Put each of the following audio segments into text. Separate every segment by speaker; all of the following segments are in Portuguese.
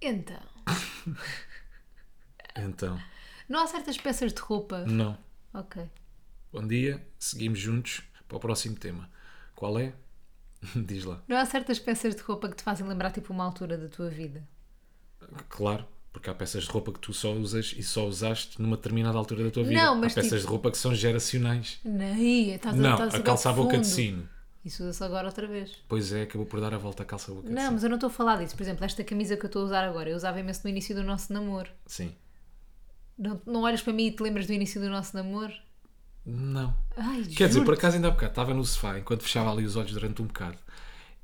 Speaker 1: Então,
Speaker 2: Então,
Speaker 1: não há certas peças de roupa.
Speaker 2: não.
Speaker 1: Ok.
Speaker 2: Bom dia, seguimos juntos para o próximo tema. Qual é? Diz lá.
Speaker 1: Não há certas peças de roupa que te fazem lembrar tipo uma altura da tua vida.
Speaker 2: Claro, porque há peças de roupa que tu só usas e só usaste numa determinada altura da tua vida.
Speaker 1: Não, mas
Speaker 2: há peças
Speaker 1: tipo-
Speaker 2: de roupa que são geracionais.
Speaker 1: Não, estás
Speaker 2: não,
Speaker 1: estás
Speaker 2: a
Speaker 1: ir ao
Speaker 2: calça à boca
Speaker 1: fundo.
Speaker 2: de sino.
Speaker 1: Isso usa-se agora outra vez.
Speaker 2: Pois é, acabou por dar a volta à calça à boca
Speaker 1: Não,
Speaker 2: de sino.
Speaker 1: mas eu não estou a falar disso. Por exemplo, esta camisa que eu estou a usar agora, eu usava imenso no início do nosso namoro.
Speaker 2: Sim.
Speaker 1: Não, não olhas para mim e te lembras do início do nosso namoro?
Speaker 2: Não.
Speaker 1: Ai,
Speaker 2: Quer dizer, por
Speaker 1: juro-te.
Speaker 2: acaso ainda há bocado estava no sofá, enquanto fechava ali os olhos durante um bocado,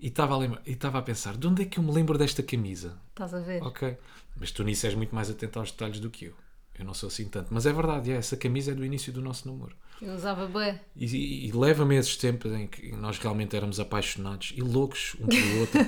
Speaker 2: e estava a, lembra- e estava a pensar, de onde é que eu me lembro desta camisa?
Speaker 1: Estás a ver?
Speaker 2: Ok. Mas tu nisso és muito mais atento aos detalhes do que eu. Eu não sou assim tanto. Mas é verdade, é, essa camisa é do início do nosso namoro.
Speaker 1: Eu usava bué.
Speaker 2: E, e- e leva-me a esses tempos em que nós realmente éramos apaixonados e loucos um pelo outro.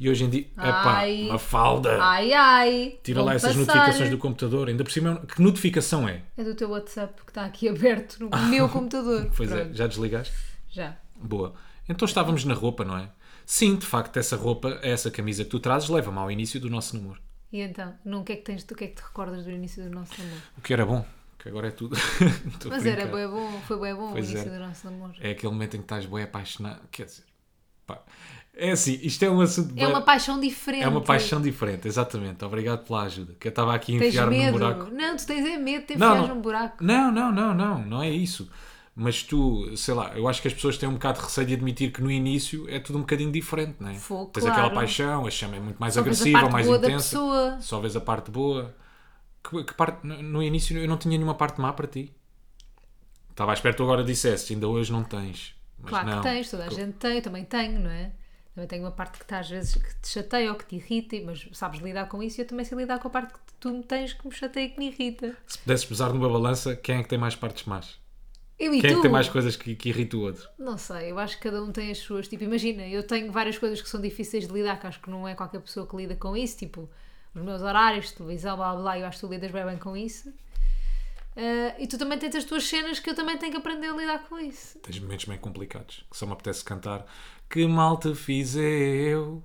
Speaker 2: e hoje em dia, epá,
Speaker 1: Ai.
Speaker 2: uma falda!
Speaker 1: Ai, ai.
Speaker 2: Tira lá
Speaker 1: vão
Speaker 2: essas
Speaker 1: passar.
Speaker 2: notificações do computador. Ainda por cima, é um- que notificação é?
Speaker 1: É do teu WhatsApp que está aqui aberto no meu computador.
Speaker 2: Pois é,
Speaker 1: Pronto,
Speaker 2: já desligaste?
Speaker 1: Já.
Speaker 2: Boa. Então estávamos na roupa, não é? Sim, de facto, essa roupa, essa camisa que tu trazes, leva-me ao início do nosso namoro.
Speaker 1: E então, não, o que é que tens, o que é que te recordas do início do nosso namoro?
Speaker 2: O que era bom, que agora é tudo. Estou a
Speaker 1: Mas era
Speaker 2: brincar.
Speaker 1: bué bom, foi bué bom
Speaker 2: Pois
Speaker 1: o início
Speaker 2: era.
Speaker 1: do nosso namoro.
Speaker 2: É aquele momento em que estás bem apaixonado. Quer dizer, pá. É assim, isto é um assunto.
Speaker 1: É
Speaker 2: bué-
Speaker 1: uma paixão diferente.
Speaker 2: é uma paixão diferente, exatamente. Obrigado pela ajuda. Que eu estava aqui a
Speaker 1: Tens
Speaker 2: enfiar-me num
Speaker 1: medo.
Speaker 2: buraco.
Speaker 1: Não, tu tens é medo de te
Speaker 2: Não,
Speaker 1: enfiares
Speaker 2: não.
Speaker 1: num buraco.
Speaker 2: Não, não, não, não, não é isso. Mas tu, sei lá, eu acho que as pessoas têm um bocado de receio de admitir que no início é tudo um bocadinho diferente, não é?
Speaker 1: Fogo,
Speaker 2: Tens
Speaker 1: claro.
Speaker 2: aquela paixão, a chama é muito mais
Speaker 1: Só vês a
Speaker 2: agressiva,
Speaker 1: parte
Speaker 2: mais
Speaker 1: boa da
Speaker 2: intensa.
Speaker 1: pessoa.
Speaker 2: Só vês a parte boa. Que, que parte, no, no início eu não tinha nenhuma parte má para ti. Estava à espera que tu agora dissesse, ainda hoje não tens. Mas
Speaker 1: Claro
Speaker 2: não.
Speaker 1: que tens, toda a gente tem, eu também tenho, não é? Também tenho uma parte que está às vezes que te chateia ou que te irrita, mas sabes lidar com isso e eu também sei lidar com a parte que tu me tens que me chateia e que me irrita.
Speaker 2: Se pudesses pesar numa balança, quem é que tem mais partes más?
Speaker 1: Eu e
Speaker 2: Quem é
Speaker 1: tu?
Speaker 2: que tem mais coisas que, que irrita o outro?
Speaker 1: Não sei, eu acho que cada um tem as suas. Tipo, imagina, eu tenho várias coisas que são difíceis de lidar, que acho que não é qualquer pessoa que lida com isso, tipo, os meus horários, televisão, blá blá, blá, eu acho que tu lidas bem bem com isso. Ah, e tu também tens as tuas cenas que eu também tenho que aprender a lidar com isso.
Speaker 2: Tens momentos meio complicados, que só me apetece cantar Que mal te fiz eu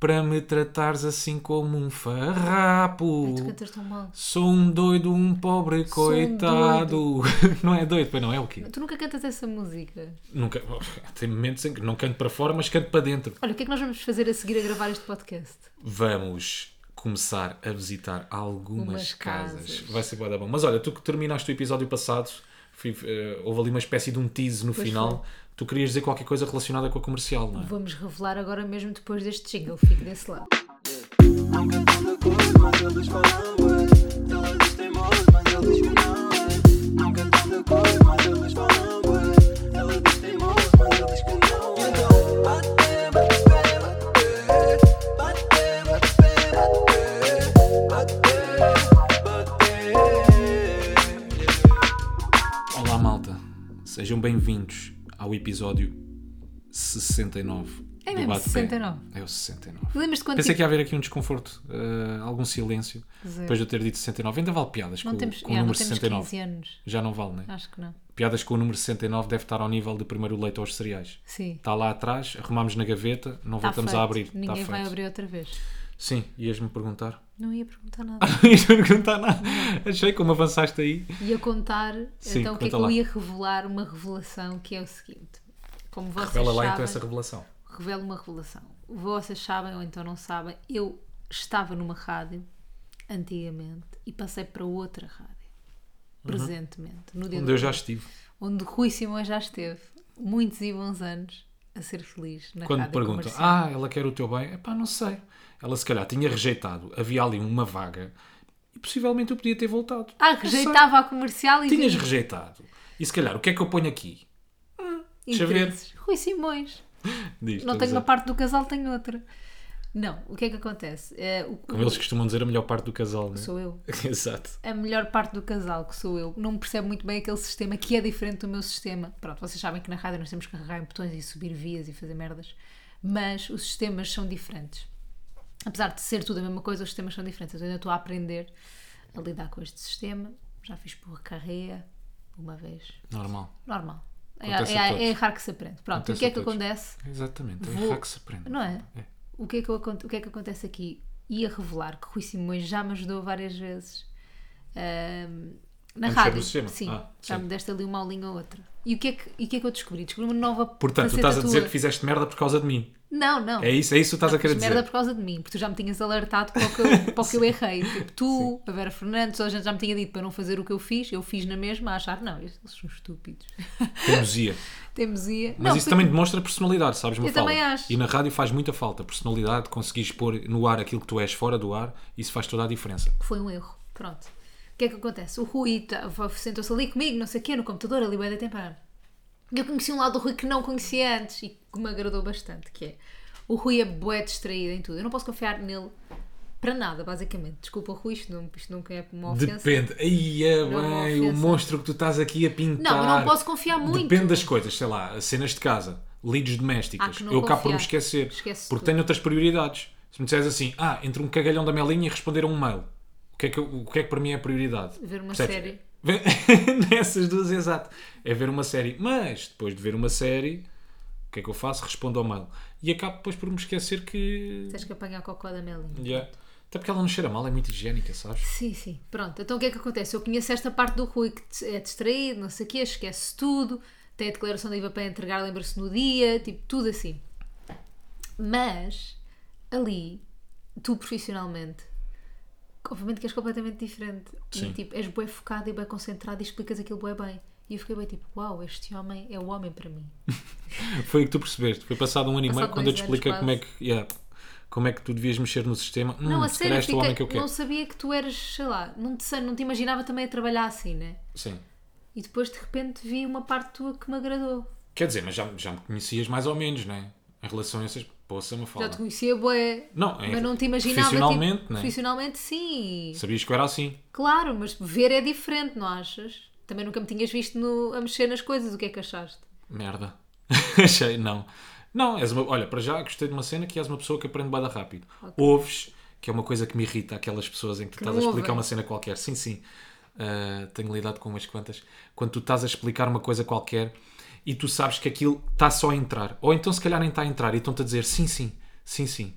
Speaker 2: Para me tratares assim como um farrapo
Speaker 1: Tu cantas tão mal.
Speaker 2: Sou um doido, um pobre
Speaker 1: É Sou um
Speaker 2: coitado Não é doido, pois não é o quê?
Speaker 1: Tu nunca cantas essa música.
Speaker 2: Nunca, tem momentos em que não canto para fora, mas canto para dentro
Speaker 1: Olha, o que é que nós vamos fazer a seguir a gravar este podcast?
Speaker 2: Vamos começar a visitar algumas
Speaker 1: Umas
Speaker 2: casas.
Speaker 1: casas.
Speaker 2: Vai ser bué da bom. Mas olha, tu que terminaste o episódio passado, fui- eh, houve ali uma espécie de um tease no
Speaker 1: Pois
Speaker 2: final. Tu querias dizer qualquer coisa relacionada com a comercial, não é?
Speaker 1: Vamos revelar agora mesmo depois deste jingle, fico desse lado.
Speaker 3: Nunca tanta coisa, mas eles falam bué. Eles têm moço, mas eles me não é. Nunca tanta coisa, mas eles falam bué. Eles têm moço, mas eles me não é. Então, bate, bate, bate, bate, bate, bate, bate.
Speaker 2: Olá, malta. Sejam bem-vindos ao episódio 69.
Speaker 1: É
Speaker 2: do
Speaker 1: mesmo,
Speaker 2: Bate-Pé.
Speaker 1: 69?
Speaker 2: É o 69.
Speaker 1: Lembras-te quando
Speaker 2: Pensei
Speaker 1: tipo,
Speaker 2: que ia haver aqui um desconforto, eh, algum silêncio,
Speaker 1: Pois é.
Speaker 2: depois de eu ter dito 69. Ainda vale piadas
Speaker 1: não
Speaker 2: com,
Speaker 1: temos,
Speaker 2: com
Speaker 1: yeah,
Speaker 2: o
Speaker 1: não
Speaker 2: número
Speaker 1: temos
Speaker 2: 69.
Speaker 1: 15 anos?
Speaker 2: Já não vale, né?
Speaker 1: Acho que não.
Speaker 2: Piadas com o número 69 deve estar ao nível de primeiro leite aos cereais.
Speaker 1: Sim.
Speaker 2: Está lá atrás, arrumámos na gaveta, não
Speaker 1: Tá
Speaker 2: Tá, voltamos
Speaker 1: feito.
Speaker 2: a abrir. Está
Speaker 1: Ninguém
Speaker 2: feito.
Speaker 1: vai abrir outra vez.
Speaker 2: Sim, ias-me perguntar.
Speaker 1: Não ia perguntar nada.
Speaker 2: Não ias perguntar nada. Achei como avançaste aí.
Speaker 1: Ia contar,
Speaker 2: Sim,
Speaker 1: então, o que é que
Speaker 2: conta
Speaker 1: eu
Speaker 2: lá.
Speaker 1: ia revelar, uma revelação que é o seguinte. Como vocês
Speaker 2: Revela lá
Speaker 1: sabem,
Speaker 2: então essa revelação.
Speaker 1: revelo uma revelação. Vocês sabem ou então não sabem, eu estava numa rádio antigamente e passei para outra rádio. Presentemente. No dia
Speaker 2: Uhum. Onde
Speaker 1: do-
Speaker 2: eu já estive.
Speaker 1: onde Rui Simões já esteve muitos e bons anos a ser feliz na
Speaker 2: Quando
Speaker 1: rádio
Speaker 2: perguntam,
Speaker 1: comercial.
Speaker 2: ah, ela quer o teu bem, epá, não sei. Ela se calhar tinha rejeitado, havia ali uma vaga e possivelmente eu podia ter voltado.
Speaker 1: Ah,
Speaker 2: Não sei.
Speaker 1: rejeitava a comercial e
Speaker 2: Tinhas
Speaker 1: vinha.
Speaker 2: rejeitado. E se calhar, o que é que eu ponho aqui? deixa eu ver.
Speaker 1: interesses. Rui Simões.
Speaker 2: Diz,
Speaker 1: Não
Speaker 2: estou a
Speaker 1: tenho
Speaker 2: dizer.
Speaker 1: uma parte do casal, tenho outra. Não, o que é que acontece? É, o-
Speaker 2: Como eles costumam dizer, a melhor parte do casal, né?
Speaker 1: Sou eu.
Speaker 2: Exato.
Speaker 1: A melhor parte do casal, que sou eu, não percebe muito bem aquele sistema que é diferente do meu sistema. Pronto, vocês sabem que na rádio nós temos que carregar em botões e subir vias e fazer merdas, mas os sistemas são diferentes. Apesar de ser tudo a mesma coisa, os sistemas são diferentes. Eu ainda estou a aprender a lidar com este sistema. Já fiz por carreira uma vez.
Speaker 2: Normal.
Speaker 1: Normal. É,
Speaker 2: Acontece
Speaker 1: é,
Speaker 2: a
Speaker 1: é
Speaker 2: todos.
Speaker 1: errar que se aprende. Pronto,
Speaker 2: Acontece
Speaker 1: o que é
Speaker 2: a
Speaker 1: que
Speaker 2: todos.
Speaker 1: acontece?
Speaker 2: Exatamente. É
Speaker 1: Vou-
Speaker 2: errar que se aprende.
Speaker 1: Não é?
Speaker 2: É.
Speaker 1: O que é que, eu acon- o que é que acontece aqui? e a revelar que Rui Simões já me ajudou várias vezes. Ahm, na
Speaker 2: Antes
Speaker 1: rádio.
Speaker 2: do sistema?
Speaker 1: Sim,
Speaker 2: Ah,
Speaker 1: já
Speaker 2: sim.
Speaker 1: me deste ali uma aulinha ou outra. E o que, é que, e o que é que eu descobri? Descobri uma nova
Speaker 2: Portanto, tu
Speaker 1: faceta
Speaker 2: estás a dizer
Speaker 1: tua.
Speaker 2: que fizeste merda por causa de mim.
Speaker 1: Não, não.
Speaker 2: É isso, é isso que tu estás a querer
Speaker 1: Fiz merda
Speaker 2: dizer.
Speaker 1: por causa de mim, porque tu já me tinhas alertado para o que eu, para o que eu errei. Tipo, tu, a Vera Fernandes, ou a gente já me tinha dito para não fazer o que eu fiz, eu fiz na mesma, a achar, não, eles são estúpidos.
Speaker 2: Teimosia.
Speaker 1: Temos ia.
Speaker 2: Mas
Speaker 1: Não,
Speaker 2: isso
Speaker 1: foi-
Speaker 2: também demonstra personalidade, sabes? Uma
Speaker 1: Eu também acho.
Speaker 2: E na rádio faz muita falta. Personalidade, conseguires pôr no ar aquilo que tu és fora do ar, isso faz toda a diferença.
Speaker 1: foi um erro. Pronto. O que é que acontece? O Rui tava- sentou-se ali comigo, não sei o quê, no computador, ali bem da temporada. Eu conheci um lado do Rui que não conhecia antes e que me agradou bastante, que é o Rui é bué distraído em tudo. Eu não posso confiar nele para nada, basicamente. Desculpa, Rui, isto, não, isto nunca é uma ofensa.
Speaker 2: Depende. Aí é
Speaker 1: Não é uma
Speaker 2: bem o
Speaker 1: ofensa.
Speaker 2: monstro que tu estás aqui a pintar.
Speaker 1: Não, eu não posso confiar muito.
Speaker 2: Depende das coisas, sei lá, cenas de casa, lides domésticas.
Speaker 1: Há Ah, que não
Speaker 2: Eu acabo por me
Speaker 1: confiar.
Speaker 2: esquecer.
Speaker 1: Esquece
Speaker 2: porque
Speaker 1: tudo.
Speaker 2: tenho outras prioridades. Se me disseres assim, ah, entre um cagalhão da Melinha e responder a um mail, o que é que, eu- o que, é que para mim é prioridade?
Speaker 1: Ver uma série.
Speaker 2: Ver- Nessas duas, exato. É ver uma série. Mas, depois de ver uma série, o que é que eu faço? Respondo ao mail. E acabo depois por me esquecer que.
Speaker 1: Tens que apanhar cocó da Melinha.
Speaker 2: Yeah. Até porque ela não cheira mal, é muito higiênica, sabes?
Speaker 1: Sim, sim. Pronto, então o que é que acontece? Eu conheço esta parte do Rui que te- é distraído, não sei o quê, esquece tudo, tem a declaração da IVA para entregar, lembra-se no dia, tipo, tudo assim. Mas, ali, tu profissionalmente, obviamente que és completamente diferente.
Speaker 2: Sim.
Speaker 1: E, tipo, és bem focado e bem concentrado e explicas aquilo bué bem. E eu fiquei bem tipo, uau, este homem é o homem para mim.
Speaker 2: Foi o que tu percebeste. Foi passado um ano e meio
Speaker 1: Passado
Speaker 2: quando eu te
Speaker 1: dois anos
Speaker 2: expliquei como é
Speaker 1: quase.
Speaker 2: que. yeah, Como é que tu devias mexer no sistema? Hum,
Speaker 1: não, a
Speaker 2: se
Speaker 1: sério,
Speaker 2: calhar este é o homem que eu
Speaker 1: fiquei,
Speaker 2: quero.
Speaker 1: não sabia que tu eras, sei lá, não te, sei- não te imaginava também a trabalhar assim, né?
Speaker 2: Sim.
Speaker 1: E depois de repente vi uma parte tua que me agradou.
Speaker 2: Quer dizer, mas já, já me conhecias mais ou menos, né? Em relação a essas. Poça, me
Speaker 1: Já
Speaker 2: fala.
Speaker 1: te conhecia, bué.
Speaker 2: Não, é-
Speaker 1: mas não te imaginava.
Speaker 2: profissionalmente,
Speaker 1: tipo,
Speaker 2: né?
Speaker 1: Profissionalmente, sim.
Speaker 2: Sabias que eu era assim.
Speaker 1: Claro, mas ver é diferente, não achas? Também nunca me tinhas visto no- a mexer nas coisas. O que é que achaste?
Speaker 2: Merda. Achei, não. Não, és uma. Olha, para já gostei de uma cena que és uma pessoa que aprende bada rápido. Ouves, que é uma coisa que me irrita, aquelas pessoas em que tu
Speaker 1: Que
Speaker 2: estás a
Speaker 1: não
Speaker 2: explicar
Speaker 1: ouvem.
Speaker 2: uma cena qualquer. Sim, sim. Ah, tenho lidado com umas quantas. Quando tu estás a explicar uma coisa qualquer e tu sabes que aquilo está só a entrar. Ou então se calhar nem está a entrar e estão-te a dizer sim, sim, sim, sim.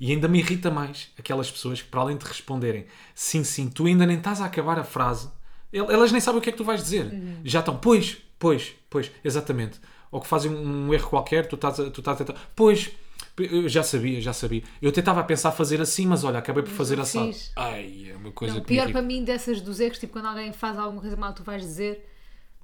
Speaker 2: E ainda me irrita mais aquelas pessoas que, para além de responderem sim, sim, tu ainda nem estás a acabar a frase, el- elas nem sabem o que é que tu vais dizer. Já estão, pois, pois, pois, exatamente. Ou que fazem um erro qualquer, tu estás a, tu estás a tentar, pois, eu já sabia, já sabia. Eu tentava pensar fazer assim, mas olha, acabei por fazer
Speaker 1: não
Speaker 2: assim.
Speaker 1: fiz.
Speaker 2: Ai, é uma coisa
Speaker 1: Não,
Speaker 2: que me
Speaker 1: pior
Speaker 2: irrita.
Speaker 1: para mim dessas dos erros, tipo quando alguém faz alguma coisa mal, tu vais dizer.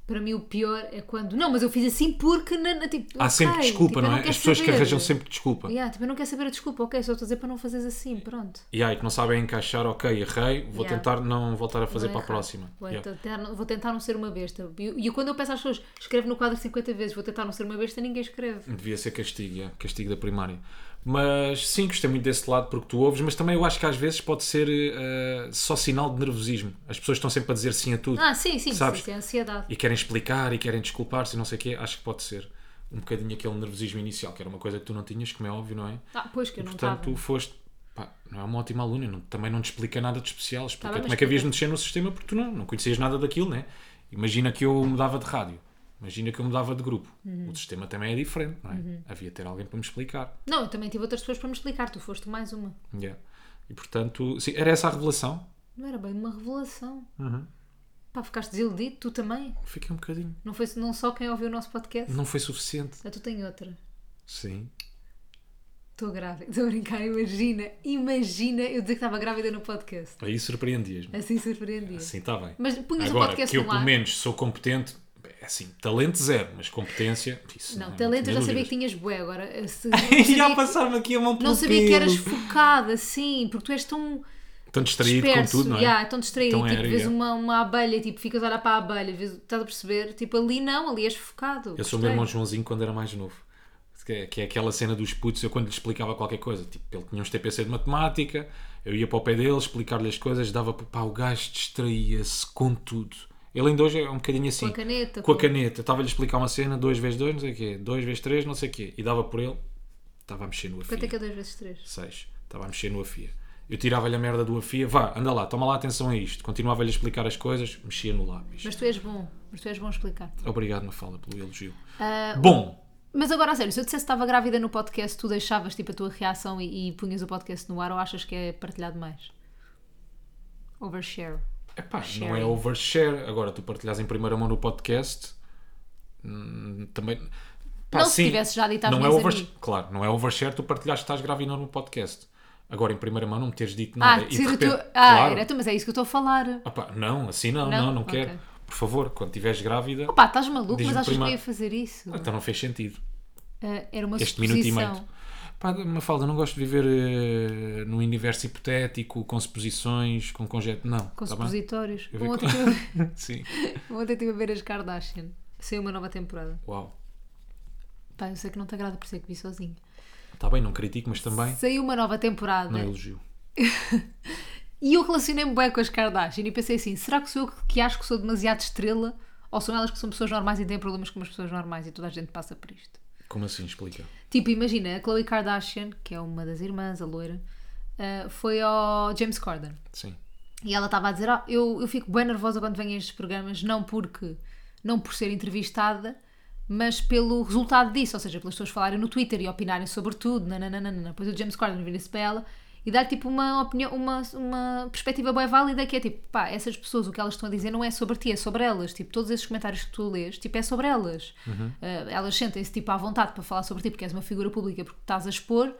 Speaker 1: Para mim, o pior é quando. Não, mas eu fiz assim porque. Na, na- tipo,
Speaker 2: Há sempre
Speaker 1: ok,
Speaker 2: desculpa,
Speaker 1: tipo, eu
Speaker 2: não é?
Speaker 1: quero
Speaker 2: As pessoas que
Speaker 1: saber.
Speaker 2: arranjam sempre desculpa.
Speaker 1: Yeah, tipo, eu não quero saber a desculpa, ok? Só estou a dizer para não fazeres assim, pronto.
Speaker 2: E aí, que não sabem encaixar, ok, errei, vou
Speaker 1: Yeah.
Speaker 2: tentar não voltar a fazer
Speaker 1: Vou
Speaker 2: para a
Speaker 1: errar.
Speaker 2: próxima.
Speaker 1: é Vou,
Speaker 2: Yeah.
Speaker 1: tentar, vou tentar não ser uma besta. E, e quando eu peço às pessoas, escreve no quadro 50 vezes, vou tentar não ser uma besta, ninguém escreve.
Speaker 2: Devia ser castigo, é, castigo da primária. Mas sim, gostei muito desse lado porque tu ouves, mas também eu acho que às vezes pode ser eh, só sinal de nervosismo. As pessoas estão sempre a dizer sim a tudo
Speaker 1: Ah, sim, sim,
Speaker 2: Sabes?
Speaker 1: sim, sim, ansiedade.
Speaker 2: e querem explicar e querem desculpar-se e não sei o quê. Acho que pode ser um bocadinho aquele nervosismo inicial, que era uma coisa que tu não tinhas, como é óbvio, não é?
Speaker 1: Ah, pois que eu não
Speaker 2: Portanto,
Speaker 1: estava.
Speaker 2: tu foste. pá, não é uma ótima aluna, não- também não te explica nada de especial. Explica
Speaker 1: bem,
Speaker 2: como
Speaker 1: mas
Speaker 2: é que havias de
Speaker 1: explica.
Speaker 2: mexer no sistema porque tu não, não conhecias nada daquilo, né? Imagina que eu mudava de rádio, imagina que eu mudava de grupo.
Speaker 1: Uhum.
Speaker 2: O sistema também é diferente, não é? Havia de ter alguém para me explicar.
Speaker 1: Não, eu também tive outras pessoas para me explicar, tu foste mais uma.
Speaker 2: Yeah. E portanto, sim, era essa a revelação.
Speaker 1: Não era bem uma revelação.
Speaker 2: Uhum.
Speaker 1: Pá, ficaste desiludido, tu também.
Speaker 2: Fiquei um bocadinho.
Speaker 1: Não foi não só quem ouviu o nosso podcast,
Speaker 2: Não foi suficiente.
Speaker 1: ah, tu tem outra.
Speaker 2: Sim.
Speaker 1: Estou grávida, estou a brincar, imagina, imagina eu dizer que estava grávida no podcast.
Speaker 2: Aí surpreendias-me.
Speaker 1: Assim surpreendia.
Speaker 2: Sim, está bem.
Speaker 1: Mas punhas o
Speaker 2: Agora,
Speaker 1: podcast
Speaker 2: que eu
Speaker 1: no
Speaker 2: pelo
Speaker 1: ar.
Speaker 2: menos sou competente, é assim, talento zero, mas competência. Isso
Speaker 1: Não,
Speaker 2: é,
Speaker 1: talento eu
Speaker 2: tinha
Speaker 1: já sabia que
Speaker 2: dúvidas.
Speaker 1: tinhas bué agora. eu se-
Speaker 2: Já
Speaker 1: sabia-
Speaker 2: passava aqui a mão pelo
Speaker 1: Não sabia que
Speaker 2: pelo.
Speaker 1: eras focada, assim, porque tu és tão
Speaker 2: Estão distraído com
Speaker 1: disperso,
Speaker 2: tudo, não é?
Speaker 1: yeah, tão distraído,
Speaker 2: Então
Speaker 1: tipo,
Speaker 2: era,
Speaker 1: vês
Speaker 2: yeah.
Speaker 1: uma, uma abelha, tipo, ficas a olhar para a abelha, vês, estás a perceber? Tipo, ali não, ali és focado.
Speaker 2: Eu sou um o
Speaker 1: Gostei.
Speaker 2: meu irmão Joãozinho quando era mais novo. Que é, que é aquela cena dos putos, eu quando lhe explicava qualquer coisa, tipo, ele tinha uns TPC de matemática, eu ia para o pé dele, explicar-lhe as coisas, dava pá, o gajo distraía-se com tudo. Ele ainda hoje é um bocadinho assim.
Speaker 1: Com a caneta,
Speaker 2: Com a
Speaker 1: com-
Speaker 2: caneta. Eu Estava-lhe a explicar uma cena, 2 vezes 2, não sei o quê, 2 vezes 3, não sei o quê, e dava por ele, estava a mexer no afio.
Speaker 1: Quanto é que é 2 vezes 3?
Speaker 2: 6. Estava a mexer no afia. Eu tirava-lhe a merda do afia, vá, anda lá, toma lá atenção a isto. Continuava-lhe a explicar as coisas, mexia no lápis.
Speaker 1: Mas tu és bom, mas tu és bom a explicar.
Speaker 2: Obrigado, Mafalda, pelo elogio.
Speaker 1: Ah,
Speaker 2: Bom,
Speaker 1: Mas agora, a sério, se eu dissesse que estava grávida no podcast, tu deixavas tipo a tua reação e, e punhas o podcast no ar ou achas que é partilhado mais? Overshare.
Speaker 2: Epá, não
Speaker 1: Sharing.
Speaker 2: é overshare. Agora, tu partilhas em primeira mão no podcast, hum, também. Pá,
Speaker 1: Não, se tivesse já dito às
Speaker 2: não é
Speaker 1: minhas
Speaker 2: overs-
Speaker 1: amigas.
Speaker 2: Claro, não é overshare tu partilhas que estás grávida ou não no podcast. Agora, em primeira mão, não me teres dito
Speaker 1: Ah,
Speaker 2: nada.
Speaker 1: de ser a tua... ah
Speaker 2: claro,
Speaker 1: era tu, mas é isso que eu estou a falar.
Speaker 2: Opá, não, assim não,
Speaker 1: Não?
Speaker 2: não, não,
Speaker 1: Ok.
Speaker 2: quero. Por favor, quando estiveres grávida,
Speaker 1: Opa, estás maluco,
Speaker 2: Diz-me
Speaker 1: mas achas
Speaker 2: primeiro.
Speaker 1: que eu ia fazer isso?
Speaker 2: então não fez sentido.
Speaker 1: Ah, era uma
Speaker 2: Este minuto e
Speaker 1: suposição.
Speaker 2: meio. Pá, Mafalda, não gosto de viver eh, num universo hipotético, com suposições, com conjeto. Não,
Speaker 1: Com
Speaker 2: tá bem?
Speaker 1: supositórios.
Speaker 2: Eu vi
Speaker 1: Ontem
Speaker 2: que-
Speaker 1: estive
Speaker 2: Sim.
Speaker 1: a- ontem estive a ver as Kardashian. Saiu uma nova temporada.
Speaker 2: Uau.
Speaker 1: Pá, eu sei que não te agrada, por isso é que vi sozinho.
Speaker 2: Está Tá bem, não critico, mas também
Speaker 1: Saiu uma nova temporada.
Speaker 2: não elogio.
Speaker 1: E eu relacionei-me bem com as Kardashian e pensei assim: será que sou eu que- que acho que sou demasiado estrela? Ou são elas que são pessoas normais e têm problemas como as pessoas normais e toda a gente passa por isto?
Speaker 2: Como assim? Explica.
Speaker 1: Tipo, imagina, a Khloe Kardashian, que é uma das irmãs, a loira, ah, foi ao James Corden.
Speaker 2: Sim.
Speaker 1: E ela estava a dizer: "Ah, eu, eu fico bem nervosa quando venho a estes programas, não porque não por ser entrevistada, mas pelo resultado disso, ou seja, pelas pessoas falarem no Twitter e opinarem sobre tudo. nananana." Depois o James Corden vira-se para ela e dá tipo uma opinião, uma, uma perspectiva bem válida que é tipo: pá, essas pessoas, o que elas estão a dizer não é sobre ti, é sobre elas. Tipo, todos esses comentários que tu lês, tipo, é sobre elas. Ah, elas sentem-se tipo à vontade para falar sobre ti porque és uma figura pública, porque estás a expor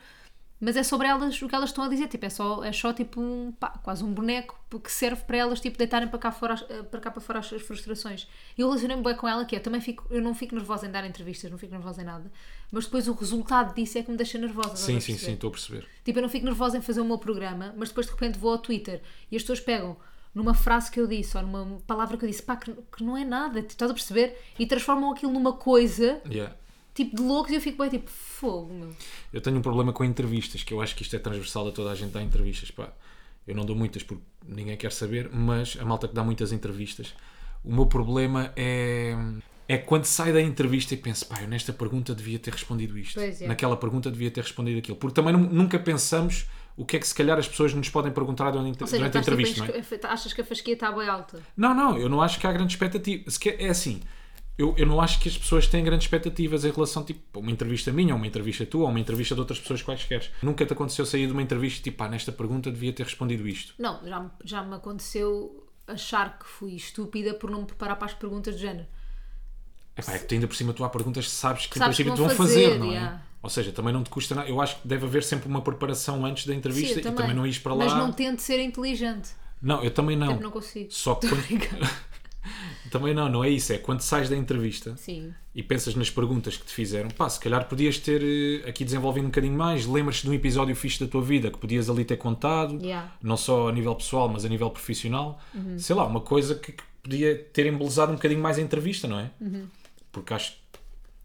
Speaker 1: mas é sobre elas o que elas estão a dizer tipo é só é só tipo um pá, quase um boneco que serve para elas tipo deitarem para cá fora as- eh, para cá para fora as suas frustrações e eu relacionei-me bem com ela que é também fico eu não fico nervosa em dar entrevistas não fico nervosa em nada mas depois o resultado disso é que me deixa nervosa estás a
Speaker 2: Sim, sim,
Speaker 1: perceber?
Speaker 2: sim, estou a perceber.
Speaker 1: Tipo, eu não fico nervosa em fazer o meu programa, mas depois de repente vou ao Twitter e as pessoas pegam numa frase que eu disse ou numa palavra que eu disse, pá, que, que não é nada, tipo, estás a perceber? E transformam aquilo numa coisa,
Speaker 2: Yeah.
Speaker 1: tipo, de loucos e eu fico bem tipo, fogo, meu.
Speaker 2: Eu tenho um problema com entrevistas, que eu acho que isto é transversal a toda a gente dar entrevistas. Pá. Eu não dou muitas porque ninguém quer saber, mas a malta que dá muitas entrevistas, o meu problema é. É quando sai da entrevista e penso, pá, eu nesta pergunta devia ter respondido isto.
Speaker 1: Pois é.
Speaker 2: Naquela pergunta devia ter respondido aquilo. Porque também nu- nunca pensamos o que é que se calhar as pessoas nos podem perguntar durante, a inter-
Speaker 1: Ou seja,
Speaker 2: durante a
Speaker 1: estás, tipo,
Speaker 2: entrevista, não é?
Speaker 1: a esca- achas que a fasquia está bem alta?
Speaker 2: Não, não, eu não acho que há grande expectativa. Sequer- É assim, eu, eu não acho que as pessoas têm grandes expectativas em relação tipo, a uma entrevista minha, ou uma entrevista tua, ou uma entrevista de outras pessoas quaisquer. Nunca te aconteceu sair de uma entrevista e tipo, pá, nesta pergunta devia ter respondido isto.
Speaker 1: Não, já, me- já me aconteceu achar que fui estúpida por não me preparar para as perguntas do género.
Speaker 2: Epá, é que tu ainda por cima tu há perguntas que sabes que em
Speaker 1: Sabes que
Speaker 2: princípio te
Speaker 1: vão
Speaker 2: vão fazer,
Speaker 1: fazer,
Speaker 2: não é?
Speaker 1: yeah.
Speaker 2: Ou seja, também não te custa nada. Eu acho que deve haver sempre uma preparação antes da
Speaker 1: Sim,
Speaker 2: entrevista
Speaker 1: eu
Speaker 2: e também não ires para lá.
Speaker 1: Mas não tento ser inteligente.
Speaker 2: Não, eu também não.
Speaker 1: Eu não consigo.
Speaker 2: Só que
Speaker 1: Tô
Speaker 2: quando...
Speaker 1: brincando.
Speaker 2: também não, não é isso. É quando sais da entrevista
Speaker 1: Sim.
Speaker 2: e pensas nas perguntas que te fizeram, pá, se calhar podias ter eh, aqui desenvolvido um bocadinho mais, lembras-te de um episódio fixe da tua vida que podias ali ter contado,
Speaker 1: Yeah. Uhum.
Speaker 2: não só a nível pessoal, mas a nível profissional, sei lá, uma coisa que, que podia ter embelezado um bocadinho mais a entrevista, não é?
Speaker 1: Uhum.
Speaker 2: Porque acho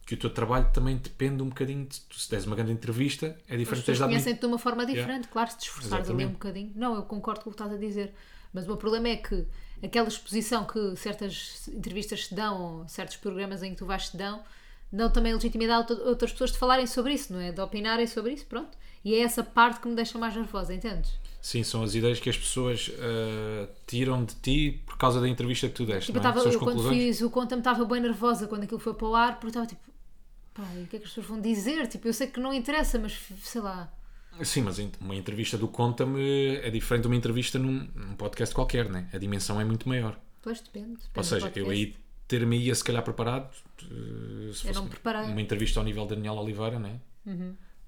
Speaker 2: que o teu trabalho também depende um bocadinho, de, tu se des uma grande entrevista, é
Speaker 1: As
Speaker 2: diferente de teres
Speaker 1: pessoas
Speaker 2: dado...
Speaker 1: conhecem-te de uma forma diferente, claro, se te esforçares ali um
Speaker 2: Exatamente.
Speaker 1: bocadinho. Não, eu concordo com o que estás a dizer. Mas o meu problema é que aquela exposição que certas entrevistas te dão, ou certos programas em que tu vais te dão, dão também legitimidade a out- outras pessoas de falarem sobre isso, não é? De opinarem sobre isso, pronto. E é essa parte que me deixa mais nervosa, entendes?
Speaker 2: Sim, são as ideias que as pessoas eh, tiram de ti por causa da entrevista que tu deste,
Speaker 1: Tipo, eu,
Speaker 2: não é?
Speaker 1: tava,
Speaker 2: São as
Speaker 1: eu quando
Speaker 2: conclusões.
Speaker 1: fiz o conta-me estava bem nervosa quando aquilo foi para o ar, porque estava tipo, pá, e o que é que as pessoas vão dizer? Tipo, eu sei que não interessa, mas f- sei lá.
Speaker 2: Sim, mas ent- uma entrevista do Conta-me é diferente de uma entrevista num, num podcast qualquer, né? A dimensão é muito maior.
Speaker 1: Pois depende. depende
Speaker 2: Ou
Speaker 1: do
Speaker 2: seja, eu
Speaker 1: podcast.
Speaker 2: aí ter-me ia se calhar preparado. eh, Se
Speaker 1: Eu
Speaker 2: fosse
Speaker 1: não me preparei. Uhum.
Speaker 2: Uma entrevista ao nível de Daniel Oliveira, né?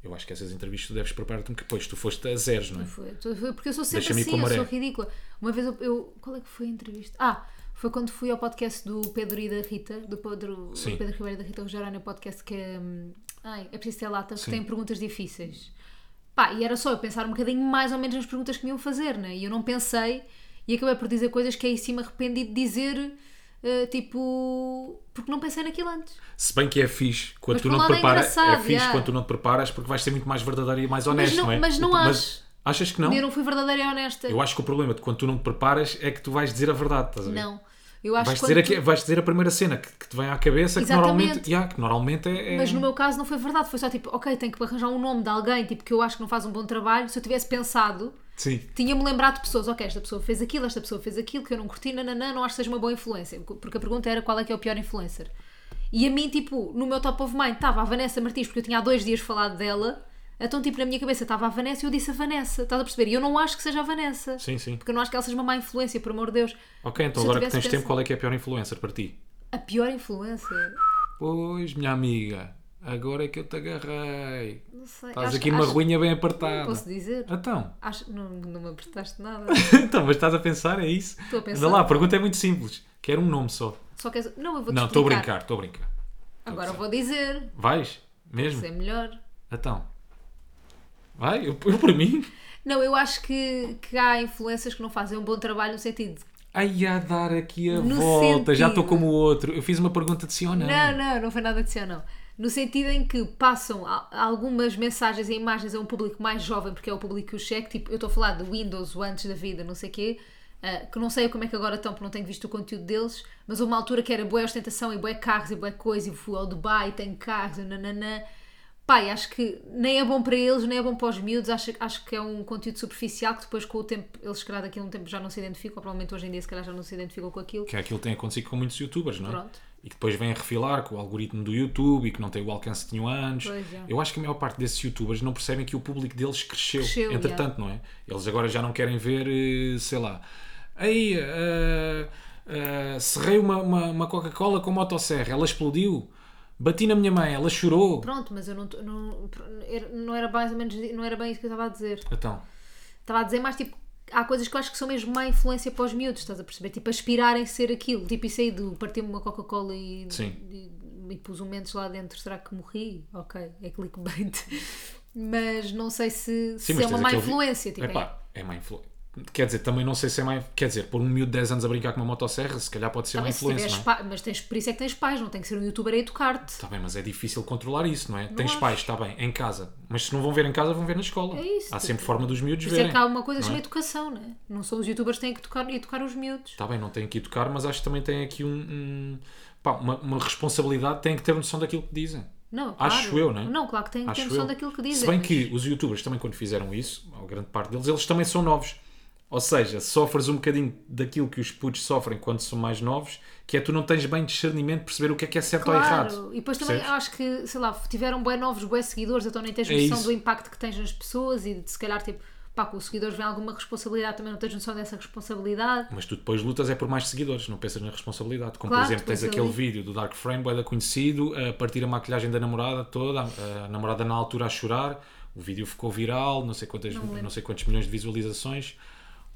Speaker 2: Eu acho que essas entrevistas tu deves preparar-te, porque depois tu foste a zeros, não é?
Speaker 1: Foi, tu- foi- porque eu sou sempre
Speaker 2: Deixa-me ir
Speaker 1: assim,
Speaker 2: com a
Speaker 1: eu
Speaker 2: maré.
Speaker 1: sou ridícula. Uma vez eu, eu- Qual é que foi a entrevista? Ah, foi quando fui ao podcast do Pedro e da Rita, do Pedro, do
Speaker 2: Sim.
Speaker 1: Pedro Ribeiro e da Rita Rogerano, é um podcast que é. hum, Ai, é preciso ter lata, que
Speaker 2: Sim.
Speaker 1: tem perguntas difíceis. Pá, e era só eu pensar um bocadinho mais ou menos nas perguntas que me iam fazer, né? E eu não pensei e acabei por dizer coisas que aí sim me arrependi de dizer, eh, tipo. Porque não pensei naquilo antes.
Speaker 2: Se bem que é fixe quando
Speaker 1: Mas
Speaker 2: tu
Speaker 1: por um
Speaker 2: não te
Speaker 1: lado é
Speaker 2: preparas, é,
Speaker 1: engraçado,
Speaker 2: fixe
Speaker 1: yeah.
Speaker 2: quando tu não te preparas, porque vais ser muito mais verdadeiro e mais honesto,
Speaker 1: não-
Speaker 2: não, é?
Speaker 1: mas não um acho.
Speaker 2: Achas que não?
Speaker 1: Eu não fui verdadeira e honesta.
Speaker 2: Eu acho que o problema de quando tu não te preparas é que tu vais dizer a verdade, estás a ver?
Speaker 1: Não. Eu acho
Speaker 2: Vais
Speaker 1: que
Speaker 2: dizer,
Speaker 1: quando
Speaker 2: aqui-
Speaker 1: tu-
Speaker 2: vais dizer a primeira cena que, que te vem à cabeça
Speaker 1: Exatamente.
Speaker 2: que normalmente, yeah, que normalmente é, é-
Speaker 1: Mas no meu caso não foi verdade, foi só tipo, ok, tenho que arranjar um nome de alguém tipo, que eu acho que não faz um bom trabalho. Se eu tivesse pensado,
Speaker 2: Sim.
Speaker 1: tinha-me lembrado de pessoas, ok, esta pessoa fez aquilo, esta pessoa fez aquilo, que eu não curti, nananã, não acho que seja uma boa influência. Porque a pergunta era qual é que é o pior influencer. E a mim, tipo, no meu top of mind estava a Vanessa Martins, porque eu tinha há dois dias falado dela. Então, tipo, na minha cabeça estava a Vanessa e eu disse a Vanessa. Estás a perceber? E eu não acho que seja a Vanessa.
Speaker 2: Sim, sim.
Speaker 1: Porque eu não acho que ela seja uma má influência, por amor de Deus.
Speaker 2: Ok, então
Speaker 1: Se eu
Speaker 2: agora que
Speaker 1: tivesse
Speaker 2: tens tempo,
Speaker 1: pensado-
Speaker 2: qual é que é a pior influencer para ti?
Speaker 1: A pior influência.
Speaker 2: Pois, minha amiga, agora é que eu te agarrei.
Speaker 1: Não sei.
Speaker 2: Estás
Speaker 1: Acho-
Speaker 2: aqui numa
Speaker 1: acho-
Speaker 2: ruinha bem apertada.
Speaker 1: Posso dizer?
Speaker 2: Então,
Speaker 1: Acho, não, não me apertaste nada.
Speaker 2: então, mas estás a pensar, é isso?
Speaker 1: Estou a pensar.
Speaker 2: Anda lá, a pergunta é muito simples. Quero um nome só.
Speaker 1: Só queres. Não, eu vou te
Speaker 2: Não, estou a
Speaker 1: explicar.
Speaker 2: brincar, estou a brincar.
Speaker 1: Agora eu vou dizer.
Speaker 2: Vais?
Speaker 1: Isso
Speaker 2: Mesmo?
Speaker 1: é melhor.
Speaker 2: Então. Vai? Eu, eu por mim?
Speaker 1: Não, eu acho que, que há influências que não fazem um bom trabalho no sentido. de-
Speaker 2: Ai, a dar aqui a
Speaker 1: No
Speaker 2: volta, já estou
Speaker 1: sentido.
Speaker 2: como o outro. Eu fiz uma pergunta de sim ou não.
Speaker 1: Não, não, não foi nada de ser, não. No sentido em que passam a- algumas mensagens e imagens a um público mais jovem, porque é o público que o cheque. Tipo, eu estou a falar de Windows, o antes da vida, não sei o quê. ah, que não sei como é que agora estão, porque não tenho visto o conteúdo deles, mas houve uma altura que era boa ostentação e boa carros e boa coisa, e fui ao Dubai e tenho carros, e nananã. Pai, acho que nem é bom para eles, nem é bom para os miúdos. Acho, acho que é um conteúdo superficial que depois, com o tempo, eles, se calhar, daqui a um tempo já não se identificam, ou provavelmente hoje em dia, se calhar, já não se identificam com aquilo.
Speaker 2: Que é aquilo que tem acontecido com muitos youtubers, não é?
Speaker 1: Pronto.
Speaker 2: E que depois vêm a refilar com o algoritmo do YouTube e que não tem o alcance que tinham antes.
Speaker 1: Pois é.
Speaker 2: Eu acho que a maior parte desses youtubers não percebem que o público deles cresceu,
Speaker 1: Cresceu,
Speaker 2: entretanto, não é? Eles agora já não querem ver, eh, sei lá, aí, ah, ah, serrei uma, uma, uma Coca-Cola com motosserra, ela explodiu, bati na minha mãe, ela chorou.
Speaker 1: Pronto, mas eu não, tô- não, era- não era mais ou menos, não era bem isso que eu estava a dizer.
Speaker 2: Então,
Speaker 1: Estava a dizer mais tipo, há coisas que eu acho que são mesmo má influência para os miúdos, estás a perceber? Tipo, aspirarem a ser aquilo, tipo isso aí do partir-me uma Coca-Cola e,
Speaker 2: Sim.
Speaker 1: e, e pus um mentos lá dentro, será que morri? Ok, é clickbait. Mas não sei se, se
Speaker 2: sim, mas
Speaker 1: é uma
Speaker 2: tens
Speaker 1: má
Speaker 2: aquele vi-
Speaker 1: influência. Tipo, é-
Speaker 2: Epá, é má influência. Quer dizer, também não sei se é má. Quer dizer, por um miúdo de 10 anos a brincar com uma motosserra, se calhar pode ser
Speaker 1: tá
Speaker 2: má
Speaker 1: bem, se
Speaker 2: influência,
Speaker 1: tiveres
Speaker 2: não é?
Speaker 1: pa- mas tens, por isso é que tens pais, não tem que ser um youtuber a educar-te.
Speaker 2: Está bem, mas é difícil controlar isso, não é? Tens
Speaker 1: acho.
Speaker 2: pais, está bem, em casa. Mas se não vão ver em casa, vão ver na escola.
Speaker 1: É isso,
Speaker 2: Há
Speaker 1: tipo,
Speaker 2: sempre forma dos miúdos
Speaker 1: Por isso é
Speaker 2: verem.
Speaker 1: que há uma coisa que
Speaker 2: não
Speaker 1: chama
Speaker 2: é?
Speaker 1: educação, né? não são os youtubers que têm que educar, educar os miúdos.
Speaker 2: Está Tá bem, não tem que educar, mas acho que também tem aqui um, um- pá, uma, uma responsabilidade, tem que ter noção daquilo que dizem.
Speaker 1: Não, claro.
Speaker 2: Acho eu, não é?
Speaker 1: Não, claro que tem, tem
Speaker 2: Acho
Speaker 1: noção
Speaker 2: eu.
Speaker 1: daquilo que dizem.
Speaker 2: Se bem
Speaker 1: mas-
Speaker 2: que os youtubers também, quando fizeram isso, a grande parte deles, eles também são novos. Ou seja, sofres um bocadinho daquilo que os putos sofrem quando são mais novos, que é tu não tens bem discernimento de perceber o que é que é certo ou errado.
Speaker 1: Claro. E depois também
Speaker 2: Percebes?
Speaker 1: acho que, sei lá, tiveram bem novos, bem seguidores, então nem tens
Speaker 2: É
Speaker 1: noção
Speaker 2: isso.
Speaker 1: do impacto que tens nas pessoas e de se calhar, tipo, pá, com os seguidores vem alguma responsabilidade, também não tens noção dessa responsabilidade.
Speaker 2: Mas tu depois lutas é por mais seguidores, não pensas na responsabilidade. Como
Speaker 1: Claro,
Speaker 2: por exemplo, tens
Speaker 1: depois
Speaker 2: aquele
Speaker 1: ali.
Speaker 2: vídeo do Dark Frame, boeda conhecido, a partir a maquilhagem da namorada toda, a, a namorada na altura a chorar, o vídeo ficou viral, não sei, quantas,
Speaker 1: me lembro.
Speaker 2: não sei quantos milhões de visualizações.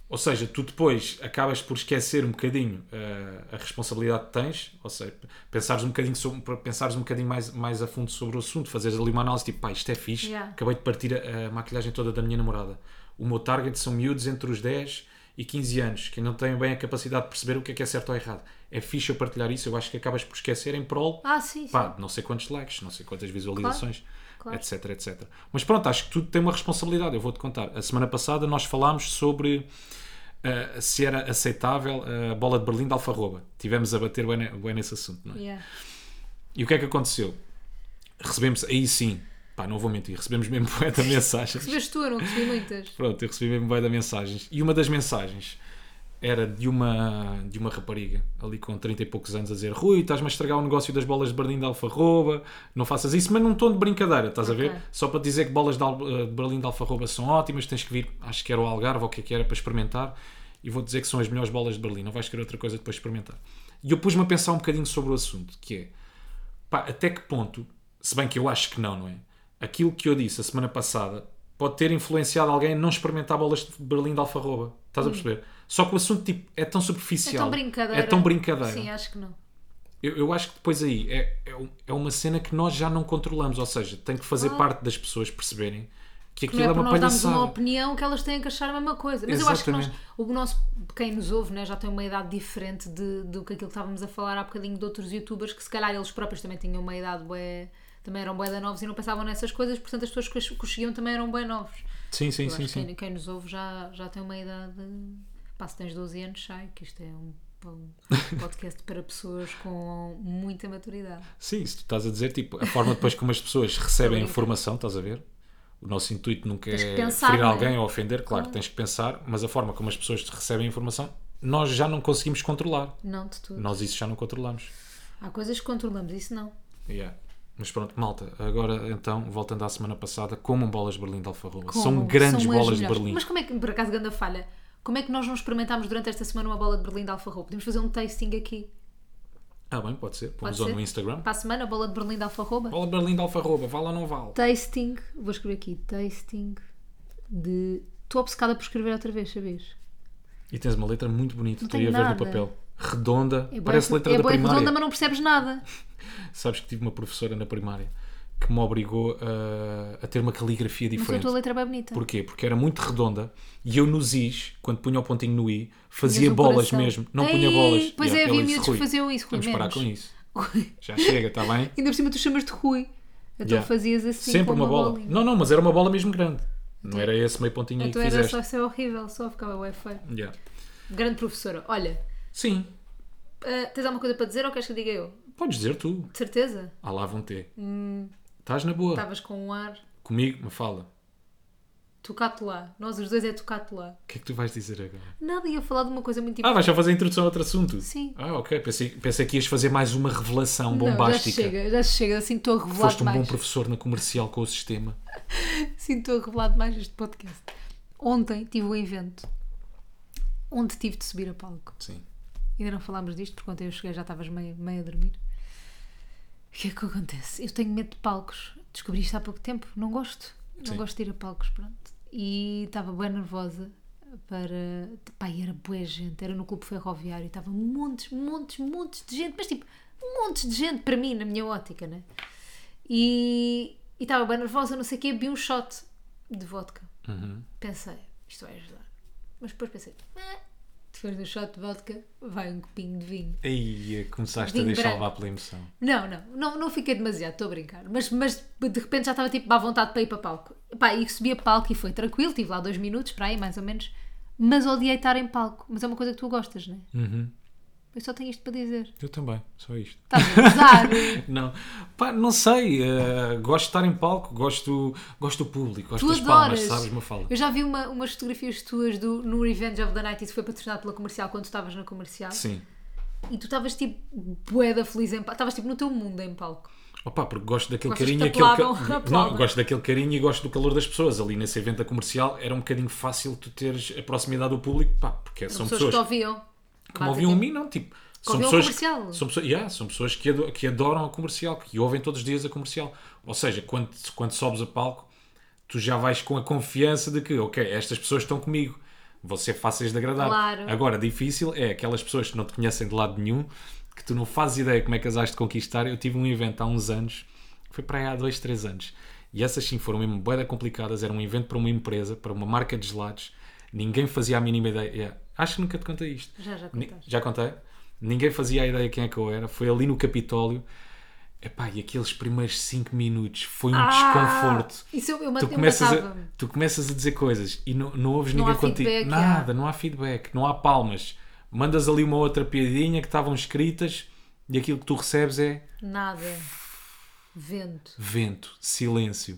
Speaker 2: Ou seja, tu depois acabas por esquecer um bocadinho eh, a responsabilidade que tens, ou seja, pensares um bocadinho, sobre, para pensares um bocadinho mais, mais a fundo sobre o assunto, fazeres ali uma análise tipo, pá, isto é fixe,
Speaker 1: Yeah.
Speaker 2: acabei de partir a, a maquilhagem toda da minha namorada. O meu target são miúdos entre os 10 e 15 anos, que não têm bem a capacidade de perceber o que é que é certo ou errado. É fixe eu partilhar isso, eu acho que acabas por esquecer em prol
Speaker 1: Ah, sim, sim.
Speaker 2: pá, de não sei quantos likes, não sei quantas visualizações,
Speaker 1: claro.
Speaker 2: etc, etc. Mas pronto, acho que tudo tem uma responsabilidade. Eu vou-te contar. A semana passada nós falámos sobre ah, se era aceitável a bola de Berlim de Alfarroba. Tivemos a bater bem, ne- bem nesse assunto, não é?
Speaker 1: Yeah.
Speaker 2: E o que é que aconteceu? Recebemos, aí sim, pá, não vou mentir, recebemos mesmo bué da mensagens.
Speaker 1: Recebeste tu, eu não recebi muitas. É
Speaker 2: Pronto, eu recebi mesmo bué da mensagens. E uma das mensagens era de uma, de uma rapariga, ali com 30 e poucos anos, a dizer Rui, estás-me a estragar o negócio das bolas de Berlim de Alfarroba, não faças isso, mas num tom de brincadeira, estás
Speaker 1: Ok.
Speaker 2: a ver? Só para dizer que bolas de, Al- eh, de Berlim de Alfarroba são ótimas, tens que vir, acho que era o Algarve ou o que é que era, para experimentar, e vou dizer que são as melhores bolas de Berlim, não vais querer outra coisa depois de experimentar. E eu pus-me a pensar um bocadinho sobre o assunto, que é, pá, até que ponto, se bem que eu acho que não, não é? Aquilo que eu disse a semana passada pode ter influenciado alguém a não experimentar bolas de Berlim de alfarroba. Estás a perceber? Só que o assunto tipo, é tão
Speaker 1: Hum. É
Speaker 2: superficial.
Speaker 1: tão brincadeira.
Speaker 2: É tão brincadeira.
Speaker 1: Sim, acho que não.
Speaker 2: Eu, eu acho que depois aí é, é, um- é uma cena que nós já não controlamos. Ou seja, tem que fazer
Speaker 1: Claro.
Speaker 2: parte das pessoas perceberem
Speaker 1: Que
Speaker 2: que
Speaker 1: não
Speaker 2: aquilo
Speaker 1: é
Speaker 2: é
Speaker 1: por
Speaker 2: uma
Speaker 1: nós darmos
Speaker 2: palhaçada.
Speaker 1: uma opinião que elas têm que achar a mesma coisa. Mas eu acho que
Speaker 2: Exatamente.
Speaker 1: nós, o nosso, quem nos ouve, né, já tem uma idade diferente de, do que aquilo que estávamos a falar há bocadinho de outros youtubers, que se calhar eles próprios também tinham uma idade bué, também eram bué da novos e não pensavam nessas coisas, portanto as pessoas que os- que os seguiam também eram bué novos.
Speaker 2: Sim, sim,
Speaker 1: Eu acho
Speaker 2: sim,
Speaker 1: que é
Speaker 2: sim.
Speaker 1: Quem, quem nos ouve já, já tem uma idade. Pá, se tens 12 anos, sai, que isto é um, um podcast para pessoas com muita maturidade.
Speaker 2: Sim, isso tu estás a dizer, tipo, a forma depois como as pessoas recebem a
Speaker 1: Estou a brincar.
Speaker 2: informação, estás a ver? O nosso intuito nunca
Speaker 1: Tens
Speaker 2: é
Speaker 1: que pensar,
Speaker 2: ferir
Speaker 1: não é?
Speaker 2: alguém ou ofender, claro, tens que pensar, mas a forma como as pessoas recebem a informação, nós já não conseguimos controlar.
Speaker 1: Não de tudo.
Speaker 2: Nós isso já não controlamos.
Speaker 1: Há coisas que controlamos, isso não.
Speaker 2: Yeah. Mas pronto, malta, agora então, voltando à semana passada, comam bolas de Berlim de alfarroba. São
Speaker 1: Como?
Speaker 2: grandes
Speaker 1: São as
Speaker 2: bolas de
Speaker 1: melhores.
Speaker 2: Berlim.
Speaker 1: Mas como é que, por acaso, grande falha, como é que nós não experimentámos durante esta semana uma bola de Berlim de alfarroba? Podemos fazer um tasting aqui.
Speaker 2: Ah, bem, pode ser. Pomos
Speaker 1: Pode
Speaker 2: on
Speaker 1: ser? Tá.
Speaker 2: no Instagram.
Speaker 1: Para a semana, bola de Berlim de alfarroba?
Speaker 2: Bola de Berlim de alfarroba, vale ou não vale?
Speaker 1: Tá. Tasting, vou escrever aqui, tasting de... Estou obcecada por escrever outra vez, sabes?
Speaker 2: E tens uma letra muito bonita, estou aí
Speaker 1: tenho
Speaker 2: a ver no
Speaker 1: nada.
Speaker 2: papel. Redonda,
Speaker 1: É bué-
Speaker 2: parece letra
Speaker 1: é
Speaker 2: da
Speaker 1: bué
Speaker 2: primária.
Speaker 1: redonda, mas não percebes nada.
Speaker 2: Sabes que tive uma professora na primária que me obrigou a- a ter uma caligrafia
Speaker 1: Mas a
Speaker 2: diferente.
Speaker 1: tua letra é bem bonita.
Speaker 2: Porquê? Porque era muito redonda e eu nos Is, quando punha o pontinho no I, fazia
Speaker 1: Tinhas um
Speaker 2: bolas
Speaker 1: coração.
Speaker 2: mesmo. Não
Speaker 1: Ei,
Speaker 2: punha bolas.
Speaker 1: pois é,
Speaker 2: ela
Speaker 1: havia
Speaker 2: disse,
Speaker 1: miúdos
Speaker 2: "Rui,
Speaker 1: que faziam isso, Rui,
Speaker 2: Vamos
Speaker 1: menos."
Speaker 2: parar com isso.
Speaker 1: Ainda
Speaker 2: Já chega, está bem?
Speaker 1: por cima tu chamas de Rui. Então
Speaker 2: Yeah.
Speaker 1: fazias assim
Speaker 2: Sempre
Speaker 1: com
Speaker 2: uma, bola.
Speaker 1: bolinha.
Speaker 2: Não, não, mas era uma bola mesmo grande. Não era esse meio pontinho aí que
Speaker 1: Então era
Speaker 2: fizeste.
Speaker 1: só ser horrível, só ficava bem feio.
Speaker 2: Yeah.
Speaker 1: Grande professora. Olha,
Speaker 2: Sim,
Speaker 1: ah, tens alguma coisa para dizer ou queres que eu diga eu?
Speaker 2: podes dizer tu.
Speaker 1: De certeza?
Speaker 2: Ah lá vão ter.
Speaker 1: Hum.
Speaker 2: Estás na boa.
Speaker 1: Estavas com um ar.
Speaker 2: Comigo, me fala.
Speaker 1: Tocate lá. Nós os dois é tocate lá.
Speaker 2: O que é que tu vais dizer agora?
Speaker 1: Nada, ia falar de uma coisa muito
Speaker 2: Ah,
Speaker 1: importante.
Speaker 2: vais já fazer a introdução a outro assunto?
Speaker 1: Sim.
Speaker 2: Ah, ok. Pensei, pensei que ias fazer mais uma revelação
Speaker 1: Não, já
Speaker 2: bombástica.
Speaker 1: chega, já chega. Assim estou a revelar
Speaker 2: um Foste um
Speaker 1: demais.
Speaker 2: bom professor na comercial com o sistema.
Speaker 1: Sim, estou a revelar demais este podcast. Ontem tive um evento onde tive de subir a palco.
Speaker 2: Sim.
Speaker 1: Ainda não falámos disto, porque ontem eu cheguei e já estavas meio, meio a dormir. O que é que acontece? Eu tenho medo de palcos. Descobri isto há pouco tempo. Não gosto.
Speaker 2: Sim.
Speaker 1: Não gosto de ir a palcos, pronto. E estava bem nervosa para... Pá, e era boa gente. Era no Clube Ferroviário. e Estava montes, montes, montes de gente. Mas tipo, montes de gente para mim, na minha ótica, né? E e estava bem nervosa, não sei o quê. Bebi um shot de vodka
Speaker 2: Uhum.
Speaker 1: pensei, isto vai ajudar. Mas depois pensei, "Ah, depois do shot de vodka, vai um copinho de vinho.
Speaker 2: Aí eh, começaste
Speaker 1: Vinho
Speaker 2: a deixar
Speaker 1: branco.
Speaker 2: levar pela emoção.
Speaker 1: Não, não, não, não fiquei demasiado, estou a brincar. Mas, mas de repente já estava tipo à vontade para ir para palco. Pá, e subi a palco e foi tranquilo, estive lá dois minutos para aí, mais ou menos. Mas odiei estar em palco. Mas é uma coisa que tu gostas, não é?
Speaker 2: Uhum.
Speaker 1: Eu só tenho isto para dizer.
Speaker 2: Eu também, só isto.
Speaker 1: Estás a gozar.
Speaker 2: Não, pá, não sei. eh, gosto de estar em palco, gosto, gosto do público, gosto
Speaker 1: tu
Speaker 2: das
Speaker 1: adoras.
Speaker 2: palmas, sabes, uma fala.
Speaker 1: Eu já vi uma, umas fotografias tuas do, no Revenge of the Night, isso foi patrocinado pela comercial quando tu estavas na comercial.
Speaker 2: Sim.
Speaker 1: E tu estavas tipo boeda feliz em palco. Estavas tipo no teu mundo em palco.
Speaker 2: Opa, porque gosto daquele
Speaker 1: Gostas um
Speaker 2: carinho e
Speaker 1: que te
Speaker 2: aquele
Speaker 1: aplaudam,
Speaker 2: ca- Não,
Speaker 1: aplaudam.
Speaker 2: gosto daquele carinho e gosto do calor das pessoas. Ali nesse evento da comercial era um bocadinho fácil tu teres a proximidade do público, pá, porque são
Speaker 1: pessoas, que
Speaker 2: pessoas
Speaker 1: te ouviam.
Speaker 2: que me ouviam a mim, não, tipo. São
Speaker 1: ouviam o
Speaker 2: pessoas,
Speaker 1: comercial.
Speaker 2: que, são pessoas, yeah, são pessoas que, ado- que adoram a comercial, que ouvem todos os dias a comercial. Ou seja, quando, quando sobes a palco, tu já vais com a confiança de que, ok, estas pessoas estão comigo, vão ser fáceis de agradar.
Speaker 1: Claro.
Speaker 2: Agora, difícil é aquelas pessoas que não te conhecem de lado nenhum, que tu não fazes ideia como é que as has de conquistar. Eu tive um evento há uns anos, foi para aí há dois, três anos, e essas sim foram mesmo boeda complicadas. Era um evento para uma empresa, para uma marca de gelados, ninguém fazia a mínima ideia. Yeah. Acho que nunca te contei isto.
Speaker 1: Já, já
Speaker 2: Ni-
Speaker 1: contaste.
Speaker 2: Já contei? Ninguém fazia a ideia quem é que eu era. Foi ali no Capitólio. Epá, e aqueles primeiros 5 minutos foi um desconforto.
Speaker 1: Ah, Isso eu, eu, mat-
Speaker 2: Tu
Speaker 1: eu
Speaker 2: começas, a,
Speaker 1: Ah! matava-me.
Speaker 2: tu começas a dizer coisas e não, não ouves
Speaker 1: Não há
Speaker 2: ninguém contigo.
Speaker 1: feedback,
Speaker 2: Nada,
Speaker 1: já.
Speaker 2: não há feedback, não há palmas. Mandas ali uma outra piadinha que estavam escritas e aquilo que tu recebes é
Speaker 1: Nada. Vento.
Speaker 2: vento, silêncio.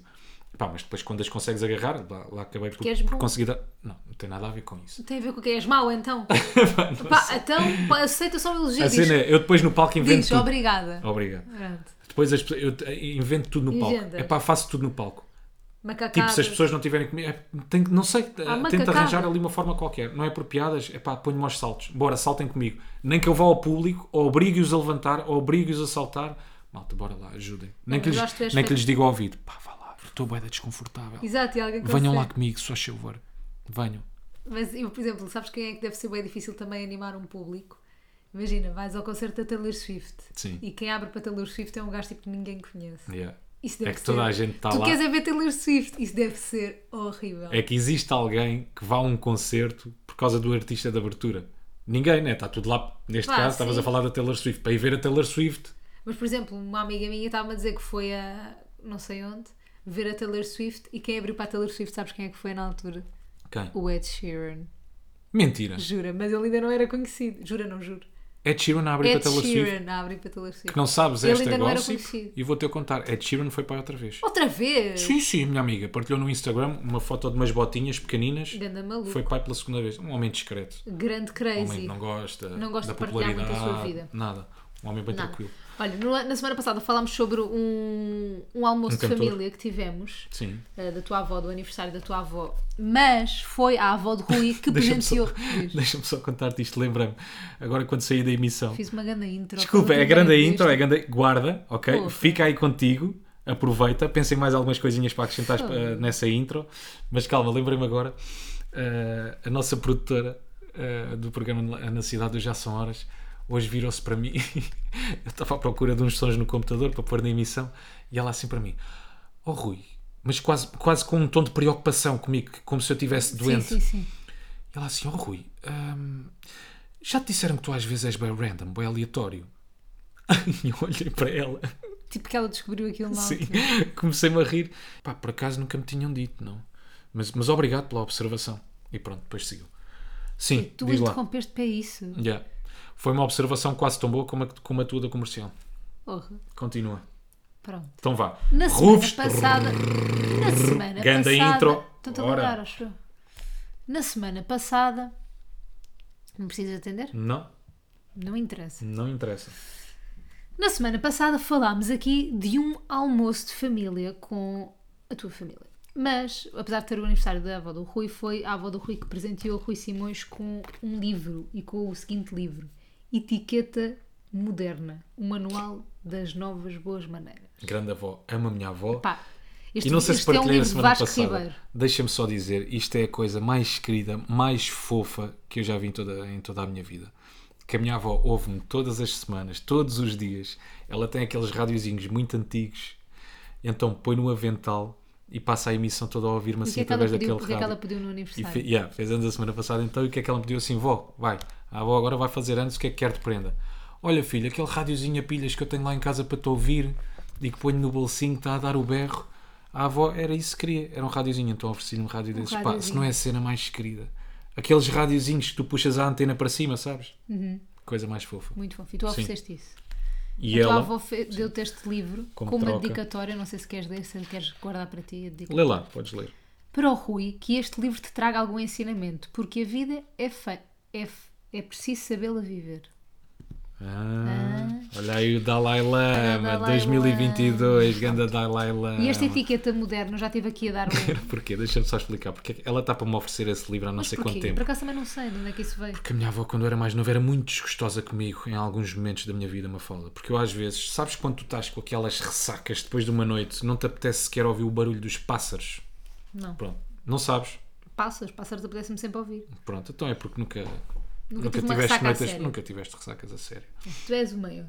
Speaker 2: Pá, mas depois quando as consegues agarrar, lá, lá acabei por,
Speaker 1: Porque és
Speaker 2: por
Speaker 1: bom.
Speaker 2: conseguir dar- Não, não tem nada a ver com isso.
Speaker 1: Tem a ver com o que és mau então? Pá, então pá, aceita só o elogio.
Speaker 2: A cena
Speaker 1: Diz,
Speaker 2: é, eu depois no palco invento
Speaker 1: diz
Speaker 2: tudo.
Speaker 1: obrigada.
Speaker 2: Obrigado.
Speaker 1: Pronto.
Speaker 2: Depois as pessoas, eu te- eh, invento tudo no palco.
Speaker 1: Inventas.
Speaker 2: É pá, faço tudo no palco. Tipo,
Speaker 1: Macacada.
Speaker 2: se as pessoas não tiverem comigo, é, tem que- não sei,
Speaker 1: uma
Speaker 2: tento
Speaker 1: cacada.
Speaker 2: arranjar ali uma forma qualquer. Não é por piadas, é pá, ponho-me aos saltos. Bora, saltem comigo. Nem que eu vá ao público, ou obrigue-os a levantar, ou obrigue-os a saltar. Malta, bora lá, ajudem. Nem,
Speaker 1: Não,
Speaker 2: que
Speaker 1: mas
Speaker 2: lhes,
Speaker 1: eu acho que tu és
Speaker 2: nem que
Speaker 1: feito-
Speaker 2: lhes diga ao ouvido, pá, vá lá, estou bem desconfortável.
Speaker 1: Exato, e alguém que
Speaker 2: Venham lá
Speaker 1: consegue.
Speaker 2: comigo, só favor. Venham.
Speaker 1: Mas eu, por exemplo, sabes quem é que deve ser bem difícil também animar um público? Imagina, vais ao concerto da Taylor Swift.
Speaker 2: Sim.
Speaker 1: E quem abre para Taylor Swift é um gajo tipo que ninguém conhece.
Speaker 2: Yeah.
Speaker 1: Isso
Speaker 2: É
Speaker 1: deve
Speaker 2: que
Speaker 1: ser-
Speaker 2: toda a gente está
Speaker 1: Tu
Speaker 2: lá.
Speaker 1: queres é ver Taylor Swift? Isso deve ser horrível.
Speaker 2: é que existe alguém que vá a um concerto por causa do artista de abertura. Ninguém, né? Está tudo lá. Neste
Speaker 1: Ah,
Speaker 2: caso, estavas
Speaker 1: sim.
Speaker 2: a falar da Taylor Swift. Para ir ver a Taylor Swift,
Speaker 1: Mas, por exemplo, uma amiga minha estava-me a dizer que foi a não sei onde ver a Taylor Swift e quem abriu para a Taylor Swift, sabes quem é que foi na altura?
Speaker 2: quem?
Speaker 1: O Ed Sheeran.
Speaker 2: Mentira.
Speaker 1: Jura, mas ele ainda não era conhecido. Jura, não juro.
Speaker 2: Ed Sheeran a abrir para
Speaker 1: Ed
Speaker 2: Taylor Swift.
Speaker 1: Sheeran a abrir para Taylor Swift.
Speaker 2: Que não sabes
Speaker 1: Ele
Speaker 2: esta
Speaker 1: ainda não era
Speaker 2: gossip,
Speaker 1: conhecido.
Speaker 2: E vou-te eu contar. Ed Sheeran foi para outra vez.
Speaker 1: Outra vez!
Speaker 2: Sim, sim, minha amiga. Partilhou no Instagram uma foto de umas botinhas pequeninas.
Speaker 1: Ganda maluco.
Speaker 2: Foi pai pela segunda vez. Um homem discreto.
Speaker 1: Grande
Speaker 2: Um
Speaker 1: crazy.
Speaker 2: homem que não gosta,
Speaker 1: Não gosta
Speaker 2: da
Speaker 1: de partilhar
Speaker 2: popularidade.
Speaker 1: muito a sua vida.
Speaker 2: Nada. Um homem bem
Speaker 1: Nada.
Speaker 2: tranquilo.
Speaker 1: Ah. Olha, no- na semana passada falámos sobre um, um almoço
Speaker 2: Um
Speaker 1: de
Speaker 2: cantor.
Speaker 1: família que tivemos.
Speaker 2: Sim.
Speaker 1: eh, Da tua avó, do aniversário da tua avó, mas foi a avó de Rui que
Speaker 2: Deixa-me só,
Speaker 1: presenteou. Diz.
Speaker 2: deixa só contar-te isto, lembra-me. Agora, quando saí da emissão.
Speaker 1: Fiz uma grande intro.
Speaker 2: Desculpa,
Speaker 1: Foi
Speaker 2: é
Speaker 1: uma
Speaker 2: grande a
Speaker 1: primeira
Speaker 2: intro,
Speaker 1: vez.
Speaker 2: é grande. Guarda, ok?
Speaker 1: Porra.
Speaker 2: Fica aí contigo, aproveita, pensa em mais algumas coisinhas para acrescentar eh, nessa intro. Mas calma, lembrei-me agora, eh, a nossa produtora eh, do programa Na- Na Cidade do Já São Horas, hoje virou-se para mim. Eu estava à procura de uns sons no computador para pôr na emissão e ela assim para mim: Oh Rui, mas quase, quase com um tom de preocupação comigo, como se eu estivesse é doente.
Speaker 1: Sim, sim, sim.
Speaker 2: E ela assim, oh Rui, hum, já te disseram que tu às vezes és bem random, bem aleatório? E eu olhei para ela,
Speaker 1: Tipo que ela descobriu aquilo na
Speaker 2: sim,
Speaker 1: altura.
Speaker 2: comecei-me a rir. Pá, por acaso nunca me tinham dito, não? Mas, mas obrigado pela observação. E pronto, depois seguiu. Sim,
Speaker 1: Tu
Speaker 2: diz lá.
Speaker 1: interrompeste para isso.
Speaker 2: Yeah. Foi uma observação quase tão boa como a, como a tua da comercial.
Speaker 1: Porra.
Speaker 2: Continua.
Speaker 1: Pronto.
Speaker 2: Então vá.
Speaker 1: Na
Speaker 2: Rufes.
Speaker 1: semana passada. Na semana
Speaker 2: Ganda
Speaker 1: passada.
Speaker 2: intro.
Speaker 1: Estou-te a
Speaker 2: Ora.
Speaker 1: lembrar, acho eu. Na semana passada. Não precisas atender?
Speaker 2: Não,
Speaker 1: Não interessa.
Speaker 2: não interessa.
Speaker 1: Na semana passada falámos aqui de um almoço de família com a tua família. Mas, apesar de ter o aniversário da avó do Rui, foi a avó do Rui que presenteou o Rui Simões com um livro e com o seguinte livro: Etiqueta Moderna O Manual das Novas Boas Maneiras.
Speaker 2: Grande avó, ama a minha avó.
Speaker 1: Pá, este,
Speaker 2: E não sei se
Speaker 1: este é um
Speaker 2: partilhei a
Speaker 1: livro de
Speaker 2: semana
Speaker 1: Vasco
Speaker 2: passada.
Speaker 1: Ribeiro.
Speaker 2: Deixa-me só dizer, isto é a coisa mais querida, mais fofa que eu já vi em toda, em toda a minha vida. Que a minha avó ouve-me todas as semanas, todos os dias. Ela tem aqueles radiozinhos muito antigos. Então põe no avental e passa a emissão toda a ouvir-me
Speaker 1: E O que
Speaker 2: assim
Speaker 1: é que ela
Speaker 2: através
Speaker 1: pediu,
Speaker 2: daquele
Speaker 1: o que é que ela
Speaker 2: rádio.
Speaker 1: pediu no
Speaker 2: E
Speaker 1: aniversário?
Speaker 2: fe, yeah, fez anos a semana passada então e o que é que ela me pediu assim? Vó, vai, a avó agora vai fazer anos, o que é que quer de prenda? Olha filho, aquele rádiozinho a pilhas que eu tenho lá em casa para te ouvir e que ponho no bolsinho, está a dar o berro. A avó era isso que queria, era um rádiozinho, então ofereci-lhe um rádio desses. Pá, se
Speaker 1: radiozinho.
Speaker 2: não é a cena mais querida. Aqueles rádiozinhos que tu puxas a antena para cima, sabes? Coisa mais fofa.
Speaker 1: Uhum. Muito fofo. E tu ofereceste isso.
Speaker 2: E
Speaker 1: a tua
Speaker 2: ela,
Speaker 1: avó fe- deu-te este livro
Speaker 2: Como
Speaker 1: com uma
Speaker 2: troca.
Speaker 1: dedicatória. Não sei se queres ler, se queres guardar para ti. a dedicatória.
Speaker 2: lê lá, podes ler.
Speaker 1: Para o Rui, que este livro te traga algum ensinamento, porque a vida é fe... é, f- é preciso sabê-la viver.
Speaker 2: Ah, Olha aí o Dalai Lama,
Speaker 1: Dalai
Speaker 2: 2022, ganda Dalai Lama.
Speaker 1: E esta etiqueta moderna eu já esteve aqui a dar um.
Speaker 2: Porquê? Deixa-me só explicar. Porque é que ela está para me oferecer esse livro há não sei quanto
Speaker 1: Porquê? Por
Speaker 2: tempo.
Speaker 1: acaso também não sei de onde é que isso veio.
Speaker 2: Porque a minha avó, quando eu era mais nova, era muito desgostosa comigo em alguns momentos da minha vida, Mafalda. Porque eu, às vezes, sabes quando tu estás com aquelas ressacas depois de uma noite, não te apetece sequer ouvir o barulho dos pássaros?
Speaker 1: Não.
Speaker 2: Pronto. Não sabes?
Speaker 1: Pássaros, pássaros pudesse-me sempre ouvir.
Speaker 2: Pronto. Então é porque nunca,
Speaker 1: Nunca
Speaker 2: nunca,
Speaker 1: tive uma
Speaker 2: tiveste,
Speaker 1: ressaca a
Speaker 2: noites,
Speaker 1: sério.
Speaker 2: nunca tiveste ressacas a sério.
Speaker 1: Tu és o maior.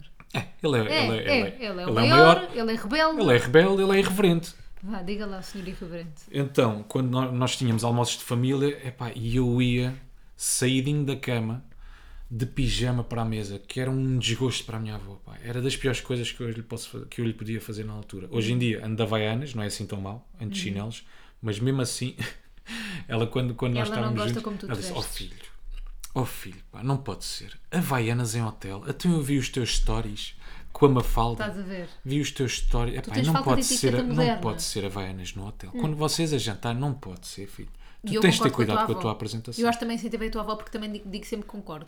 Speaker 2: Ele é,
Speaker 1: É,
Speaker 2: ele é, ele é,
Speaker 1: ele é o
Speaker 2: ele
Speaker 1: maior, ele é rebelde.
Speaker 2: Ele é rebelde, ele é irreverente.
Speaker 1: Vá, diga lá, senhor irreverente.
Speaker 2: Então, quando nó- nós tínhamos almoços de família, epá, e eu ia saídinho da cama, de pijama para a mesa, que era um desgosto para a minha avó. pá. Era das piores coisas que eu, lhe posso fa- que eu lhe podia fazer na altura. Hoje em dia, ando de havaianas, não é assim tão mal, ando
Speaker 1: Uhum.
Speaker 2: de chinelos, mas mesmo assim, ela quando, quando nós
Speaker 1: Ela não
Speaker 2: estávamos
Speaker 1: gosta
Speaker 2: juntos,
Speaker 1: como tu te
Speaker 2: ela disse, oh
Speaker 1: vestes."
Speaker 2: filho, oh filho, pá, não pode ser. Havaianas em hotel, até eu vi os teus stories com a Mafalda.
Speaker 1: Estás a ver?
Speaker 2: Vi os teus stories. Epá,
Speaker 1: tens
Speaker 2: não,
Speaker 1: falta
Speaker 2: pode
Speaker 1: de
Speaker 2: ser,
Speaker 1: etiqueta
Speaker 2: não
Speaker 1: moderna. Hum.
Speaker 2: pode ser Havaianas no hotel. Quando vocês a jantar, não pode ser, filho.
Speaker 1: E
Speaker 2: Tu
Speaker 1: eu
Speaker 2: tens de ter
Speaker 1: concordo com a
Speaker 2: cuidado com a
Speaker 1: avó.
Speaker 2: tua apresentação.
Speaker 1: Eu acho que também senti bem a tua avó porque também digo, digo sempre que concordo.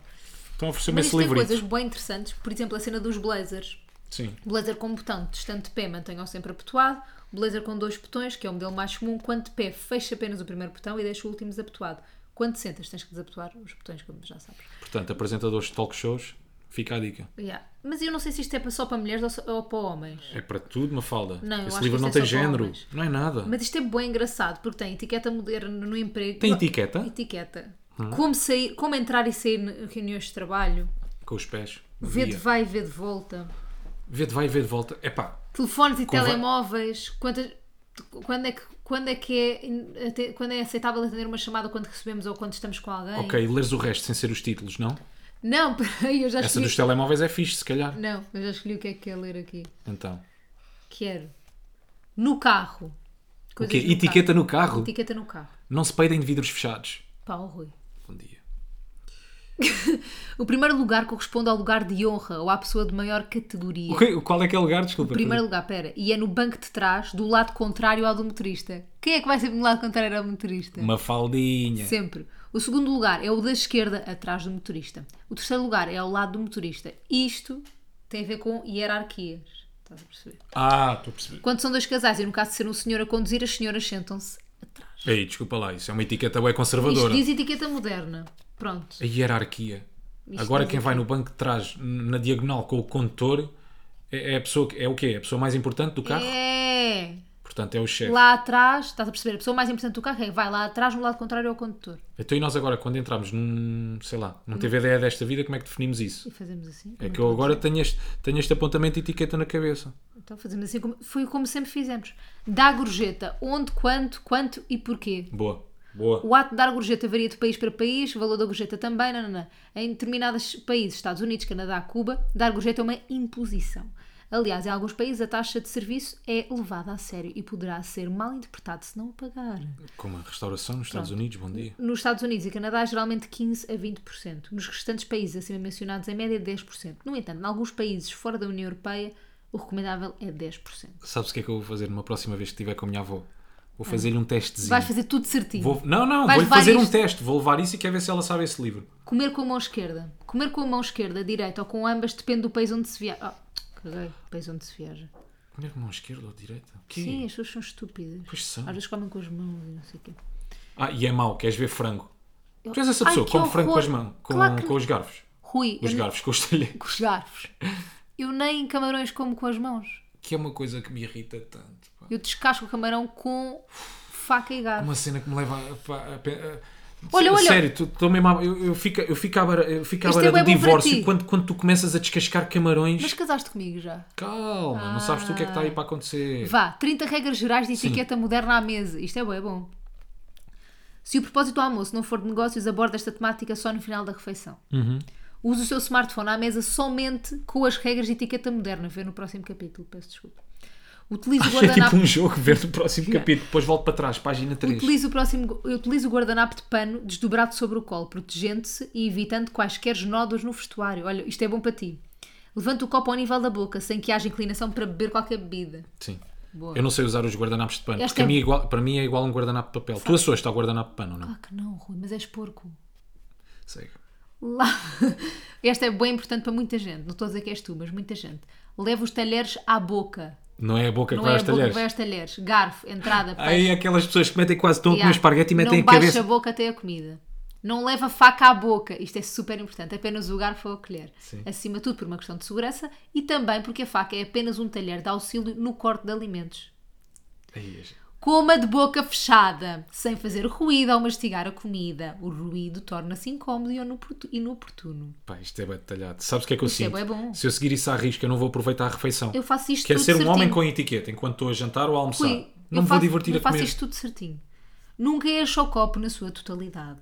Speaker 2: Estão a oferecer-me
Speaker 1: Mas
Speaker 2: esse
Speaker 1: isto tem
Speaker 2: livrinho.
Speaker 1: coisas bem interessantes, por exemplo, a cena dos blazers.
Speaker 2: Sim.
Speaker 1: Blazer com botão distante de pé mantenham sempre apetuado. Blazer com dois botões, que é o modelo mais comum. Quando de pé, fecha apenas o primeiro botão e deixa o último desapetuado. Quando sentas, tens que desapetuar os botões, como já sabes.
Speaker 2: Portanto, apresentadores de talk shows, fica a dica.
Speaker 1: Yeah. Mas eu não sei se isto é para- só para mulheres ou, só- ou para homens.
Speaker 2: É para tudo, Mafalda.
Speaker 1: Não, eu acho
Speaker 2: esse
Speaker 1: que
Speaker 2: livro
Speaker 1: isto
Speaker 2: não
Speaker 1: é
Speaker 2: tem
Speaker 1: só para
Speaker 2: género.
Speaker 1: homens.
Speaker 2: Não é nada.
Speaker 1: Mas isto é bem engraçado, porque tem etiqueta moderna no emprego.
Speaker 2: Tem etiqueta? Hum.
Speaker 1: Etiqueta. Como, sair, como entrar e sair em reuniões de trabalho.
Speaker 2: Com os pés.
Speaker 1: Vê de
Speaker 2: Via.
Speaker 1: vai, vê de volta.
Speaker 2: Vê de vai e vê de volta. Epá,
Speaker 1: Telefones e
Speaker 2: Convém-
Speaker 1: telemóveis, quantas- quando é que quando é que é in- ate- quando é aceitável atender uma chamada quando recebemos ou quando estamos com alguém?
Speaker 2: ok, leres o resto sem ser os títulos, não?
Speaker 1: Não, peraí, eu já
Speaker 2: Essa
Speaker 1: escolhi.
Speaker 2: dos telemóveis é fixe, se calhar.
Speaker 1: Não, eu já escolhi o que é que quero ler aqui.
Speaker 2: Então.
Speaker 1: Quero no carro.
Speaker 2: O
Speaker 1: Coisas um
Speaker 2: quê?
Speaker 1: no
Speaker 2: Etiqueta no
Speaker 1: carro.
Speaker 2: carro?
Speaker 1: Etiqueta no carro.
Speaker 2: Não se peidem de vidros fechados.
Speaker 1: Pá, o Rui.
Speaker 2: Bom dia.
Speaker 1: O primeiro lugar corresponde ao lugar de honra ou à pessoa de maior categoria.
Speaker 2: O quê? Qual é que é o lugar? Desculpa.
Speaker 1: Primeiro lugar, pera, e é no banco de trás, do lado contrário ao do motorista. Quem é que vai sempre do lado contrário ao motorista?
Speaker 2: Uma faldinha.
Speaker 1: Sempre. O segundo lugar é o da esquerda, atrás do motorista. O terceiro lugar é ao lado do motorista. Isto tem a ver com hierarquias. Estás a perceber?
Speaker 2: Ah, estou a perceber.
Speaker 1: Quando são dois casais e no caso de ser um senhor a conduzir, as senhoras sentam-se atrás.
Speaker 2: Ei, desculpa lá, isso é uma etiqueta bem
Speaker 1: Isto
Speaker 2: conservadora.
Speaker 1: diz etiqueta moderna. Pronto.
Speaker 2: A hierarquia.
Speaker 1: Isto
Speaker 2: Agora
Speaker 1: diz
Speaker 2: quem vai
Speaker 1: aqui.
Speaker 2: no banco de trás, n- na diagonal com o condutor, é, é a pessoa que- é o quê? É a pessoa mais importante do carro?
Speaker 1: É.
Speaker 2: Portanto, é o chefe.
Speaker 1: Lá atrás, estás a perceber? A pessoa mais importante do carro é que vai lá atrás, no lado contrário ao condutor.
Speaker 2: Então, e nós agora, quando entramos num, sei lá, num TVDE
Speaker 1: Hum.
Speaker 2: desta vida, como é que definimos isso?
Speaker 1: E fazemos assim.
Speaker 2: É que eu agora tenho este, tenho este apontamento e etiqueta na cabeça.
Speaker 1: Então fazemos assim, como, foi como sempre fizemos. Dá gorjeta. Onde, quanto, quanto e porquê.
Speaker 2: Boa. Boa.
Speaker 1: O ato de dar gorjeta varia de país para país, o valor da gorjeta também, nananã. Em determinados países, Estados Unidos, Canadá, Cuba, dar gorjeta é uma imposição. Aliás, em alguns países a taxa de serviço é levada a sério e poderá ser mal interpretado se não o pagar.
Speaker 2: Como a restauração nos Estados Unidos, bom dia.
Speaker 1: Nos Estados Unidos e Canadá, geralmente 15% a 20%. Nos restantes países acima mencionados, em média 10%. No entanto, em alguns países fora da União Europeia, o recomendável é 10%.
Speaker 2: Sabes o que é que eu vou fazer numa próxima vez que estiver com a minha avó? Vou fazer-lhe um testezinho.
Speaker 1: Ah. Vais fazer tudo certinho.
Speaker 2: Vou- Não, não,
Speaker 1: Vais
Speaker 2: vou
Speaker 1: levar
Speaker 2: fazer um
Speaker 1: isto.
Speaker 2: teste. Vou levar isso e quer ver se ela sabe esse livro.
Speaker 1: Comer com a mão esquerda. Comer com a mão esquerda, direita ou com ambas depende do país onde se viaja. Oh, caguei. País onde se viaja.
Speaker 2: Comer com a mão esquerda ou direita? O quê?
Speaker 1: Sim, as pessoas são estúpidas.
Speaker 2: Pois são.
Speaker 1: Às vezes comem com as mãos e não sei o quê.
Speaker 2: Ah, e é mau, queres ver frango. Tu és essa
Speaker 1: Ai,
Speaker 2: pessoa,
Speaker 1: que
Speaker 2: come frango com
Speaker 1: horror.
Speaker 2: as mãos, com,
Speaker 1: Claro que
Speaker 2: com os garfos.
Speaker 1: Rui, eu
Speaker 2: Os
Speaker 1: nem-
Speaker 2: garfos, com os talheres.
Speaker 1: com os garfos. Eu nem camarões como com as mãos.
Speaker 2: Que é uma coisa que me irrita tanto. pá.
Speaker 1: Eu descasco o camarão com faca e garfo.
Speaker 2: Uma cena que me leva a. pá, a pe- a-
Speaker 1: Olha, olha.
Speaker 2: Sério, tu, tu mesmo à- eu, eu fico, eu fico à beira, eu fico à
Speaker 1: Isto é bué
Speaker 2: beira do
Speaker 1: bom para ti.
Speaker 2: divórcio quando, quando tu começas a descascar camarões.
Speaker 1: Mas Ah. casaste comigo já.
Speaker 2: Calma, não sabes tu o que é que está aí para acontecer.
Speaker 1: Vá, 30 regras gerais de etiqueta moderna à mesa. Isto é bom, é bom. Se o propósito do almoço não for de negócios, aborda esta temática só no final da refeição.
Speaker 2: Uhum.
Speaker 1: Use o seu smartphone à mesa somente com as regras de etiqueta moderna. Vê no próximo capítulo, peço desculpa. Utilize o
Speaker 2: É tipo
Speaker 1: guardanapo.
Speaker 2: um jogo, ver no próximo capítulo, depois volto para trás, página 3.
Speaker 1: Utilize o, próximo, utilize o guardanapo de pano desdobrado sobre o colo, protegendo-se e evitando quaisquer nódoas no vestuário. Olha, isto é bom para ti. Levante o copo ao nível da boca, sem que haja inclinação para beber qualquer bebida.
Speaker 2: Sim.
Speaker 1: Boa.
Speaker 2: Eu não sei usar os guardanapos de pano,
Speaker 1: Esta
Speaker 2: porque
Speaker 1: é-
Speaker 2: a mim é igual- para mim é igual um guardanapo de papel. Tu assusta ao guardanapo de pano, ou não?
Speaker 1: Ah, que não, Rui, mas és porco.
Speaker 2: Segue.
Speaker 1: Lá... Esta é bem importante para muita gente. Não estou a dizer que és tu, mas muita gente. Leva os talheres à boca.
Speaker 2: Não é a boca que
Speaker 1: Não
Speaker 2: vai
Speaker 1: é
Speaker 2: aos
Speaker 1: a boca que
Speaker 2: talheres.
Speaker 1: vai aos talheres. Garfo, entrada, peixe.
Speaker 2: Aí é aquelas pessoas que metem quase estão a comer
Speaker 1: Yeah.
Speaker 2: esparguete e metem
Speaker 1: Não
Speaker 2: a cabeça.
Speaker 1: baixa a boca até a comida. Não leva faca à boca. Isto é super importante. Apenas o garfo ou a colher.
Speaker 2: Sim.
Speaker 1: Acima de tudo por uma questão de segurança e também porque a faca é apenas um talher de auxílio no corte de alimentos.
Speaker 2: Aí,
Speaker 1: Coma de boca fechada, sem fazer ruído ao mastigar a comida. O ruído torna-se incómodo e inoportu- inoportuno.
Speaker 2: Pá, isto é bem detalhado. Sabes o que é que eu
Speaker 1: Isto é
Speaker 2: sinto?
Speaker 1: bué bom.
Speaker 2: Se eu seguir isso à risca, eu não vou aproveitar a refeição.
Speaker 1: Eu faço isto
Speaker 2: Quero
Speaker 1: tudo
Speaker 2: ser um
Speaker 1: certinho.
Speaker 2: homem com etiqueta enquanto estou a jantar ou a almoçar.
Speaker 1: Rui, eu
Speaker 2: não me vou
Speaker 1: faço-
Speaker 2: divertir
Speaker 1: eu
Speaker 2: a comer.
Speaker 1: faço isto tudo certinho. Nunca enche o copo na sua totalidade.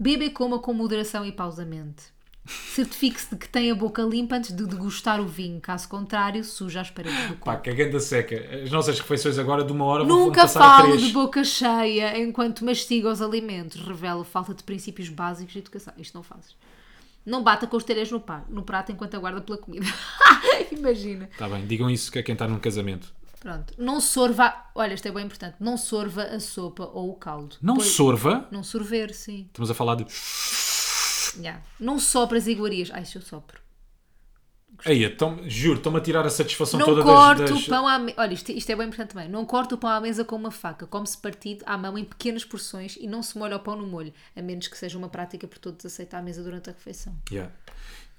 Speaker 1: Beba e coma com moderação e pausamente. Certifique-se de que tem a boca limpa antes de degustar o vinho, caso contrário, suja as paredes do
Speaker 2: Pá,
Speaker 1: copo.
Speaker 2: que a ganda seca. As nossas refeições agora de uma hora vão- vão
Speaker 1: Nunca
Speaker 2: passar a
Speaker 1: falo
Speaker 2: três.
Speaker 1: de boca cheia enquanto mastiga os alimentos. Revela falta de princípios básicos de educação. Isto não fazes. Não bata com os talheres no, pa- no prato enquanto aguarda pela comida. Imagina.
Speaker 2: Tá bem, digam isso que é quem está num casamento.
Speaker 1: Pronto. Não sorva. Olha, isto é bem importante. Não sorva a sopa ou o caldo.
Speaker 2: Não
Speaker 1: Depois-
Speaker 2: sorva.
Speaker 1: Não sorver, sim.
Speaker 2: Estamos a falar de.
Speaker 1: Yeah. Não sopra as iguarias. Ai, se eu sopro.
Speaker 2: Aí, então, juro, estão-me a tirar a satisfação
Speaker 1: Não
Speaker 2: toda
Speaker 1: corto
Speaker 2: das. das...
Speaker 1: o pão à mesa. Olha, isto, isto é bem importante também. Não corto o pão à mesa com uma faca. Come-se partido à mão em pequenas porções e não se molha o pão no molho, a menos que seja uma prática por todos aceita à mesa durante a refeição.
Speaker 2: Yeah.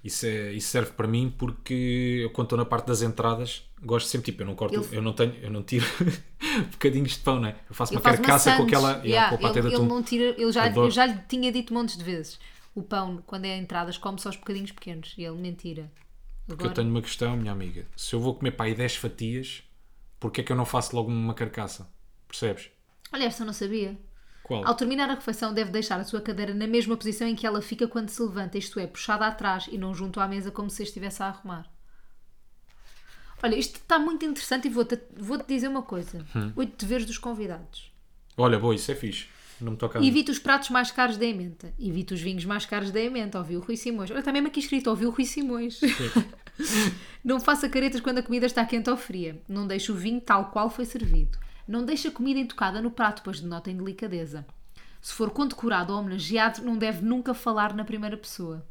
Speaker 2: Isso, é- isso serve para mim porque eu quando estou na parte das entradas gosto sempre tipo, eu não corto,
Speaker 1: Ele-
Speaker 2: eu não tenho, eu não tiro bocadinhos de pão, né? Eu faço
Speaker 1: Ele
Speaker 2: uma
Speaker 1: faz uma
Speaker 2: carcaça com
Speaker 1: sandes.
Speaker 2: aquela yeah,
Speaker 1: Yeah,
Speaker 2: com o patê
Speaker 1: ele,
Speaker 2: de
Speaker 1: ele
Speaker 2: atum.
Speaker 1: não tira, eu já,
Speaker 2: Adoro.
Speaker 1: eu já lhe tinha dito montes de vezes. O pão, quando é entradas, come só os bocadinhos pequenos. E ele, mentira.
Speaker 2: Porque eu
Speaker 1: Agora,
Speaker 2: tenho uma questão, minha amiga. Se eu vou comer para aí 10 fatias, porque é que eu não faço logo uma carcaça? Percebes?
Speaker 1: Olha, esta eu não sabia.
Speaker 2: Qual?
Speaker 1: Ao terminar a refeição, deve deixar a sua cadeira na mesma posição em que ela fica quando se levanta, isto é, puxada atrás e não junto à mesa como se estivesse a arrumar. Olha, isto está muito interessante e vou-te vou -te dizer uma coisa. Oito deveres dos convidados.
Speaker 2: Olha, boa, isso é fixe. Não me toca a mim.
Speaker 1: Evite os pratos mais caros da ementa. Evite os vinhos mais caros da ementa. Ouviu o Rui Simões. Olha, está mesmo aqui escrito, ouviu o Rui Simões. não faça caretas quando a comida está quente ou fria. Não deixe o vinho tal qual foi servido. Não deixe a comida intocada no prato, pois denota indelicadeza. Se for condecorado ou homenageado, não deve nunca falar na primeira pessoa.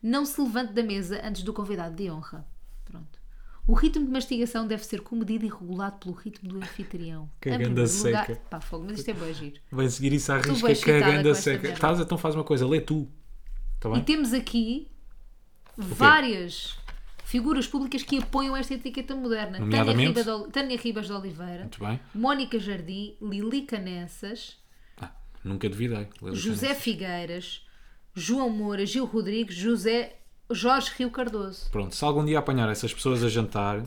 Speaker 1: Não se levante da mesa antes do convidado de honra. Pronto. O ritmo de mastigação deve ser comedido e regulado pelo ritmo do anfitrião.
Speaker 2: Que
Speaker 1: Em
Speaker 2: ganda
Speaker 1: primeiro lugar-
Speaker 2: seca.
Speaker 1: Pá, fogo, mas isto é bem giro.
Speaker 2: Vai seguir isso à
Speaker 1: Tu
Speaker 2: risca
Speaker 1: vais
Speaker 2: que é
Speaker 1: ficar com
Speaker 2: ganda
Speaker 1: esta
Speaker 2: seca.
Speaker 1: merda.
Speaker 2: Estás, então faz uma coisa, lê tu. Está
Speaker 1: E
Speaker 2: bem?
Speaker 1: temos aqui várias figuras públicas que apoiam esta etiqueta moderna. Tânia,
Speaker 2: Nomeadamente?
Speaker 1: Riba de Ol- Tânia Ribas de Oliveira,
Speaker 2: Muito bem.
Speaker 1: Mónica Jardim, Lili Canessas,
Speaker 2: Ah, nunca duvidei. Lê
Speaker 1: José Figueiras, João Moura, Gil Rodrigues, José Jorge Rio Cardoso.
Speaker 2: Pronto, se algum dia apanhar essas pessoas a jantar,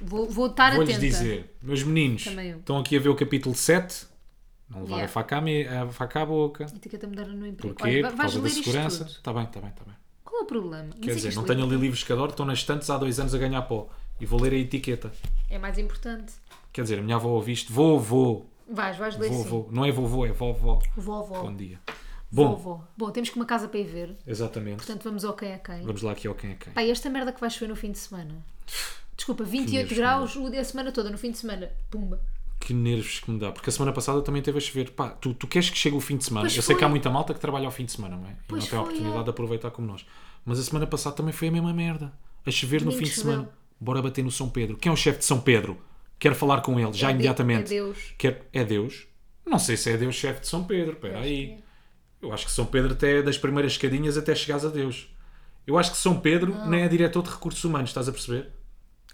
Speaker 1: Vou, vou estar
Speaker 2: vou-lhes
Speaker 1: atenta.
Speaker 2: dizer, meus meninos,
Speaker 1: Também eu.
Speaker 2: estão aqui a ver o capítulo 7, não levar
Speaker 1: Yeah.
Speaker 2: a, faca à me- a faca à boca.
Speaker 1: Etiqueta moderna no emprego.
Speaker 2: Porquê?
Speaker 1: va-
Speaker 2: Por causa da segurança.
Speaker 1: tudo.
Speaker 2: Está bem, está bem, está bem.
Speaker 1: Qual é o problema? Mas é
Speaker 2: Quer
Speaker 1: que
Speaker 2: dizer,
Speaker 1: isto
Speaker 2: não
Speaker 1: é-
Speaker 2: tenho ali livros de escador, estão nas estantes há dois anos a ganhar pó. E vou ler a etiqueta.
Speaker 1: É mais importante.
Speaker 2: Quer dizer, a minha avó ouve isto. Vovô.
Speaker 1: Vais, vais ler sim.
Speaker 2: Vovô. Não é vovô, é vovó.
Speaker 1: Vovó.
Speaker 2: Bom dia. Bom,
Speaker 1: Vovó. Bom, temos que uma casa para ir ver.
Speaker 2: exatamente.
Speaker 1: Portanto, vamos ao quem é quem.
Speaker 2: Vamos lá aqui ao quem é quem.
Speaker 1: Pá, e esta merda que vai chover no fim de semana. Desculpa, 28
Speaker 2: Que
Speaker 1: graus o- a semana toda, no fim de semana. Pumba.
Speaker 2: Que nervos que me dá. Porque a semana passada também teve a chover. Pá, tu, tu queres que chegue o fim de semana.
Speaker 1: Pois
Speaker 2: eu sei
Speaker 1: foi.
Speaker 2: que há muita malta que trabalha ao fim de semana, não é? E
Speaker 1: Pois
Speaker 2: não tem a
Speaker 1: foi,
Speaker 2: oportunidade
Speaker 1: é.
Speaker 2: de aproveitar como nós. Mas a semana passada também foi a mesma merda. A chover no
Speaker 1: Domingo
Speaker 2: fim de
Speaker 1: choveu.
Speaker 2: semana. Bora bater no São Pedro. Quem é o chefe de São Pedro? Quero falar com ele, já
Speaker 1: É de-
Speaker 2: imediatamente.
Speaker 1: é Deus.
Speaker 2: Quero- É Deus? Não sei se é Deus chefe de São Pedro. Espera
Speaker 1: é.
Speaker 2: aí. Eu acho que São Pedro até é das primeiras escadinhas até chegares a Deus. Eu acho que São Pedro nem é diretor de recursos humanos, estás a perceber?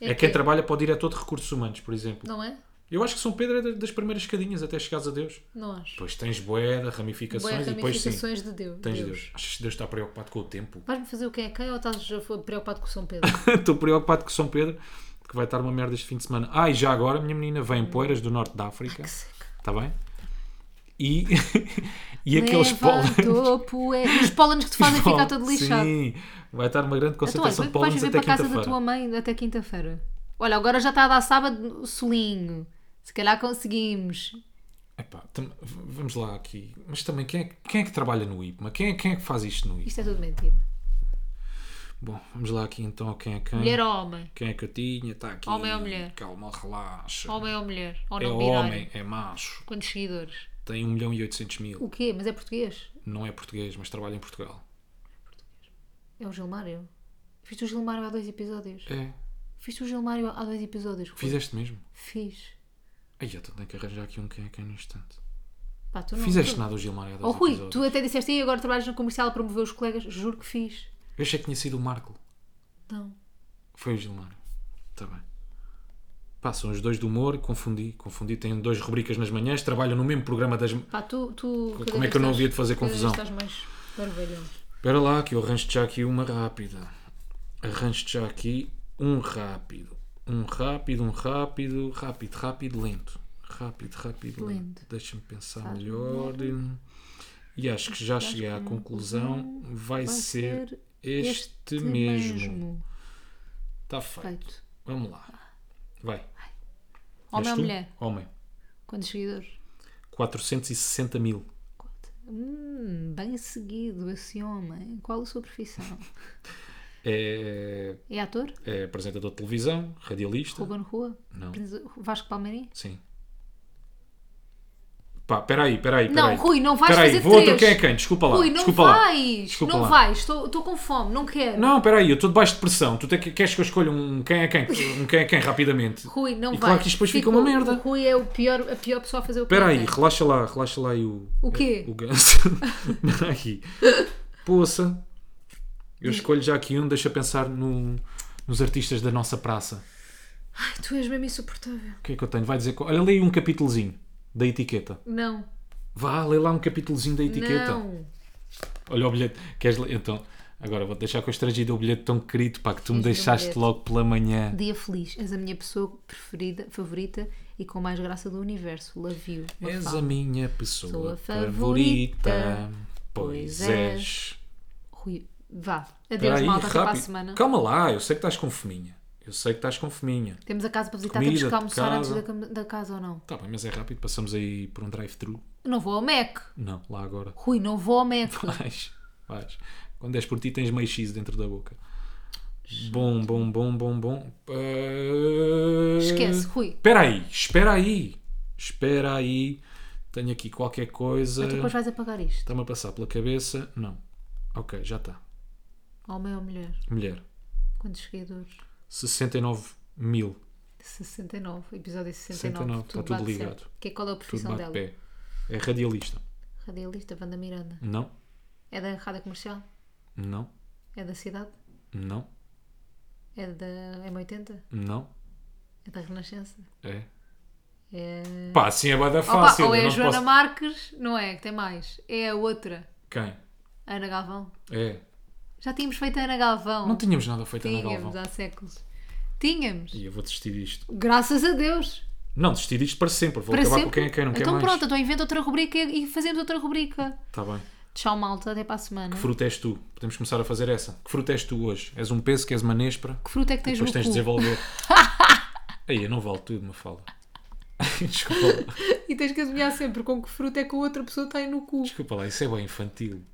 Speaker 2: É, quem
Speaker 1: quê?
Speaker 2: trabalha para o diretor de recursos humanos, por exemplo.
Speaker 1: Não é?
Speaker 2: Eu acho que São Pedro é da- das primeiras escadinhas até chegares a Deus.
Speaker 1: Não acho.
Speaker 2: Depois tens boeda,
Speaker 1: Boé,
Speaker 2: ramificações e depois sim,
Speaker 1: ramificações de Deus.
Speaker 2: tens Deus. Achas que Deus está preocupado com o tempo?
Speaker 1: Vais-me fazer o quem é quem ou estás já foi preocupado com o São Pedro?
Speaker 2: Estou preocupado com São Pedro, que vai estar uma merda este fim de semana. Ah, e já agora, minha menina, vem poeiras do norte da África,
Speaker 1: Hum. que seca.
Speaker 2: está bem? E, e aqueles pólenes...
Speaker 1: Levantou poeira. é Os pólenes que te fazem ficar todo lixado.
Speaker 2: Sim, vai estar uma grande
Speaker 1: Então, olha,
Speaker 2: concentração
Speaker 1: como é
Speaker 2: de
Speaker 1: que vais
Speaker 2: pólenes
Speaker 1: viver
Speaker 2: até
Speaker 1: para a casa da tua
Speaker 2: quinta-feira.
Speaker 1: mãe até quinta-feira? Olha, agora já está a dar sábado solinho. Se calhar conseguimos.
Speaker 2: Epá, tam- v- Vamos lá aqui. Mas também, quem é, que- quem é que trabalha no IPMA? Quem é, quem é que faz isto no IPMA?
Speaker 1: Isto é tudo mentira.
Speaker 2: Hum. Bom, vamos lá aqui então, quem é quem?
Speaker 1: Mulher ou homem?
Speaker 2: Quem é que eu tinha? Está aqui.
Speaker 1: Homem ou mulher?
Speaker 2: Calma, relaxa.
Speaker 1: Homem ou mulher? Ou
Speaker 2: é
Speaker 1: não binário?
Speaker 2: homem, é macho.
Speaker 1: Quantos seguidores?
Speaker 2: Tem 1 milhão e 800 mil.
Speaker 1: O quê? Mas é português?
Speaker 2: Não é português, mas trabalha em Portugal.
Speaker 1: É o Gilmário? Fiz o Gilmário há dois episódios.
Speaker 2: É.
Speaker 1: Fiz o Gilmário há dois episódios. Rui.
Speaker 2: Fizeste mesmo?
Speaker 1: Fiz.
Speaker 2: Ai, eu tenho que arranjar aqui um quem é quem no instante.
Speaker 1: Pá, tu não.
Speaker 2: Fizeste
Speaker 1: tu...
Speaker 2: nada o Gilmar há dois
Speaker 1: Oh Rui,
Speaker 2: episódios.
Speaker 1: tu até disseste e agora trabalhas no comercial a promover os colegas. Juro que fiz.
Speaker 2: Eu achei que tinha sido o Marco.
Speaker 1: Não.
Speaker 2: Foi o Gilmar. Está bem. Pá, são os dois do humor, confundi. Confundi, têm duas rubricas nas manhãs, trabalham no mesmo programa das.
Speaker 1: Pá, tu. tu cada
Speaker 2: Como é
Speaker 1: vez
Speaker 2: que eu não
Speaker 1: estás-
Speaker 2: havia de fazer
Speaker 1: cada vez
Speaker 2: confusão?
Speaker 1: Estás mais barbalhão.
Speaker 2: Espera lá, que eu arranjo-te já aqui uma rápida. Arranjo-te já aqui um rápido. Um rápido, um rápido, rápido, rápido, lento. Rápido, rápido, lento.
Speaker 1: Lento.
Speaker 2: Deixa-me pensar melhor. E acho que já cheguei à conclusão. Vai, ser, este, mesmo. Está feito.
Speaker 1: Feito.
Speaker 2: Vamos lá. Vai.
Speaker 1: Homem
Speaker 2: És
Speaker 1: ou
Speaker 2: tu?
Speaker 1: mulher?
Speaker 2: Homem.
Speaker 1: Quantos seguidores?
Speaker 2: 460 mil.
Speaker 1: Quatro. Hum, bem seguido esse homem. Qual a sua profissão?
Speaker 2: É,
Speaker 1: É ator?
Speaker 2: é apresentador de televisão, radialista.
Speaker 1: Ruben Rua?
Speaker 2: Não.
Speaker 1: Prince- Vasco Palmeirim?
Speaker 2: Sim. Pá, peraí, peraí, peraí.
Speaker 1: Não, Rui, não vais
Speaker 2: Peraí,
Speaker 1: fazer
Speaker 2: vou outro
Speaker 1: três.
Speaker 2: quem é quem, desculpa lá.
Speaker 1: Rui, não
Speaker 2: desculpa
Speaker 1: vais!
Speaker 2: Lá. Desculpa
Speaker 1: não
Speaker 2: lá.
Speaker 1: vais, estou estou com fome, não quero.
Speaker 2: Não, peraí, eu estou debaixo de pressão. Tu te- queres que eu escolha um quem é quem, um quem é quem rapidamente?
Speaker 1: Rui, não
Speaker 2: E
Speaker 1: vais.
Speaker 2: claro que isto depois fica uma merda.
Speaker 1: O Rui é o pior, a pior pessoa a fazer o que
Speaker 2: Peraí,
Speaker 1: não quer.
Speaker 2: relaxa lá, relaxa lá e o.
Speaker 1: O quê?
Speaker 2: O ganso. aqui. Poça. Eu escolho já aqui um, deixa pensar no- nos artistas da nossa praça.
Speaker 1: Ai, tu és mesmo insuportável.
Speaker 2: O que é que eu tenho? Vai dizer. co- Olha, lê aí um capítulozinho da etiqueta.
Speaker 1: Não.
Speaker 2: Vá, lê lá um capítulozinho da etiqueta.
Speaker 1: Não.
Speaker 2: Olha o bilhete. Queres ler? Então, agora vou deixar constrangido o bilhete tão querido, pá, que tu me
Speaker 1: Diz-me o
Speaker 2: deixaste
Speaker 1: bilhete.
Speaker 2: logo pela manhã.
Speaker 1: Dia feliz. És a minha pessoa preferida, favorita e com mais graça do universo. Love you.
Speaker 2: És
Speaker 1: Mafalda.
Speaker 2: a minha pessoa
Speaker 1: Sou a
Speaker 2: favorita,
Speaker 1: favorita.
Speaker 2: pois
Speaker 1: Pois
Speaker 2: és.
Speaker 1: Rui, vá.
Speaker 2: Espera
Speaker 1: Adeus,
Speaker 2: aí, é
Speaker 1: malta. Até para a
Speaker 2: rápido.
Speaker 1: semana.
Speaker 2: Calma lá, eu sei que estás com fominha. Eu sei que estás com fominha.
Speaker 1: Temos a casa para visitar.
Speaker 2: Comida,
Speaker 1: Temos que almoçar
Speaker 2: casa.
Speaker 1: antes da, cam- da casa ou não?
Speaker 2: Tá bem, mas é rápido, passamos aí por um drive-thru.
Speaker 1: Não vou ao Mac.
Speaker 2: Não, lá agora.
Speaker 1: Rui, não vou ao Mac.
Speaker 2: Vais, vais. Quando és por ti, tens meio X dentro da boca. Bom, bom, bom, bom, bom. Eh,
Speaker 1: Esquece, Rui.
Speaker 2: Espera aí, espera aí. Espera aí. Tenho aqui qualquer coisa.
Speaker 1: Mas tu depois vais apagar isto.
Speaker 2: Está-me a passar pela cabeça. Não. Ok, já está.
Speaker 1: Homem ou mulher?
Speaker 2: Mulher.
Speaker 1: Quantos seguidores?
Speaker 2: 69 mil.
Speaker 1: 69, episódio 69.
Speaker 2: 69,
Speaker 1: tudo
Speaker 2: está tudo
Speaker 1: bate
Speaker 2: ligado.
Speaker 1: certo. Que é, qual é a
Speaker 2: Tudo
Speaker 1: profissão
Speaker 2: bate
Speaker 1: dela?
Speaker 2: pé. É radialista.
Speaker 1: Radialista, Wanda Miranda.
Speaker 2: Não,
Speaker 1: É da rádio comercial?
Speaker 2: não,
Speaker 1: É da cidade?
Speaker 2: não,
Speaker 1: É da M80?
Speaker 2: não.
Speaker 1: É da Renascença?
Speaker 2: É.
Speaker 1: É.
Speaker 2: Pá, assim é bada
Speaker 1: Opa,
Speaker 2: fácil.
Speaker 1: ou é
Speaker 2: eu
Speaker 1: a
Speaker 2: não
Speaker 1: Joana
Speaker 2: posso-
Speaker 1: Marques, não é? Que tem mais. É a outra,
Speaker 2: Quem?
Speaker 1: a Ana Galvão.
Speaker 2: É.
Speaker 1: Já tínhamos feito a Ana Galvão.
Speaker 2: Não tínhamos nada feito a Ana
Speaker 1: tínhamos
Speaker 2: Galvão.
Speaker 1: há séculos. Tínhamos.
Speaker 2: E eu vou desistir disto.
Speaker 1: Graças a Deus.
Speaker 2: Não, desistir disto para sempre. Vou
Speaker 1: Para
Speaker 2: acabar
Speaker 1: sempre.
Speaker 2: com quem é quem não
Speaker 1: então
Speaker 2: quer mais.
Speaker 1: pronto, então inventa outra rubrica e fazemos outra rubrica.
Speaker 2: Está bem.
Speaker 1: Tchau, malta. Até para a semana.
Speaker 2: Que fruta és tu? Podemos começar a fazer essa. Que fruta és tu hoje? És um peso, que és uma nespra?
Speaker 1: Que fruta é que tens
Speaker 2: Depois
Speaker 1: no
Speaker 2: tens de
Speaker 1: cu?
Speaker 2: desenvolver. Aí, eu não vale tudo, me fala. Desculpa lá.
Speaker 1: E tens que adivinhar sempre com que fruta é que a outra pessoa tem no cu.
Speaker 2: Desculpa lá, isso é bem infantil.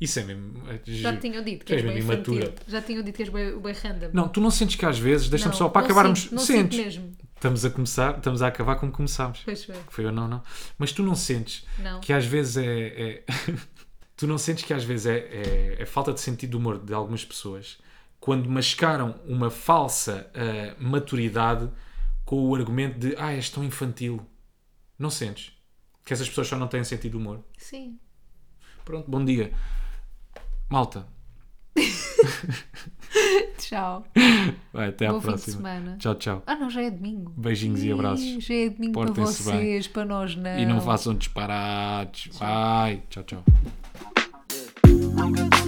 Speaker 2: Isso é mesmo. é
Speaker 1: Já
Speaker 2: giro.
Speaker 1: tinham dito
Speaker 2: Tu
Speaker 1: que és
Speaker 2: és
Speaker 1: bem
Speaker 2: mesmo
Speaker 1: infantil.
Speaker 2: imatura.
Speaker 1: Já tinham dito que és bem, bem random.
Speaker 2: Não, tu não sentes que às vezes, deixa-me
Speaker 1: Não,
Speaker 2: só, para
Speaker 1: não
Speaker 2: acabarmos.
Speaker 1: sinto, não
Speaker 2: sentes.
Speaker 1: sinto mesmo.
Speaker 2: Estamos a começar, estamos a acabar como começámos.
Speaker 1: Pois foi.
Speaker 2: Que foi ou não, não. Mas tu não sentes
Speaker 1: Não.
Speaker 2: que às vezes é. é- tu não sentes que às vezes é, é, é falta de sentido de humor de algumas pessoas quando mascaram uma falsa ah, maturidade com o argumento de ah, és tão infantil. Não sentes? Que essas pessoas só não têm sentido de humor.
Speaker 1: Sim.
Speaker 2: Pronto, bom dia. Malta,
Speaker 1: Tchau.
Speaker 2: vai, até à
Speaker 1: Bom fim de
Speaker 2: próxima.
Speaker 1: semana.
Speaker 2: Tchau, tchau.
Speaker 1: Ah, não, já é domingo.
Speaker 2: Beijinhos e abraços.
Speaker 1: Já é domingo para
Speaker 2: Portem-se bem.
Speaker 1: vocês, para nós não.
Speaker 2: E não façam disparates. Vai, tchau, tchau.
Speaker 3: Nunca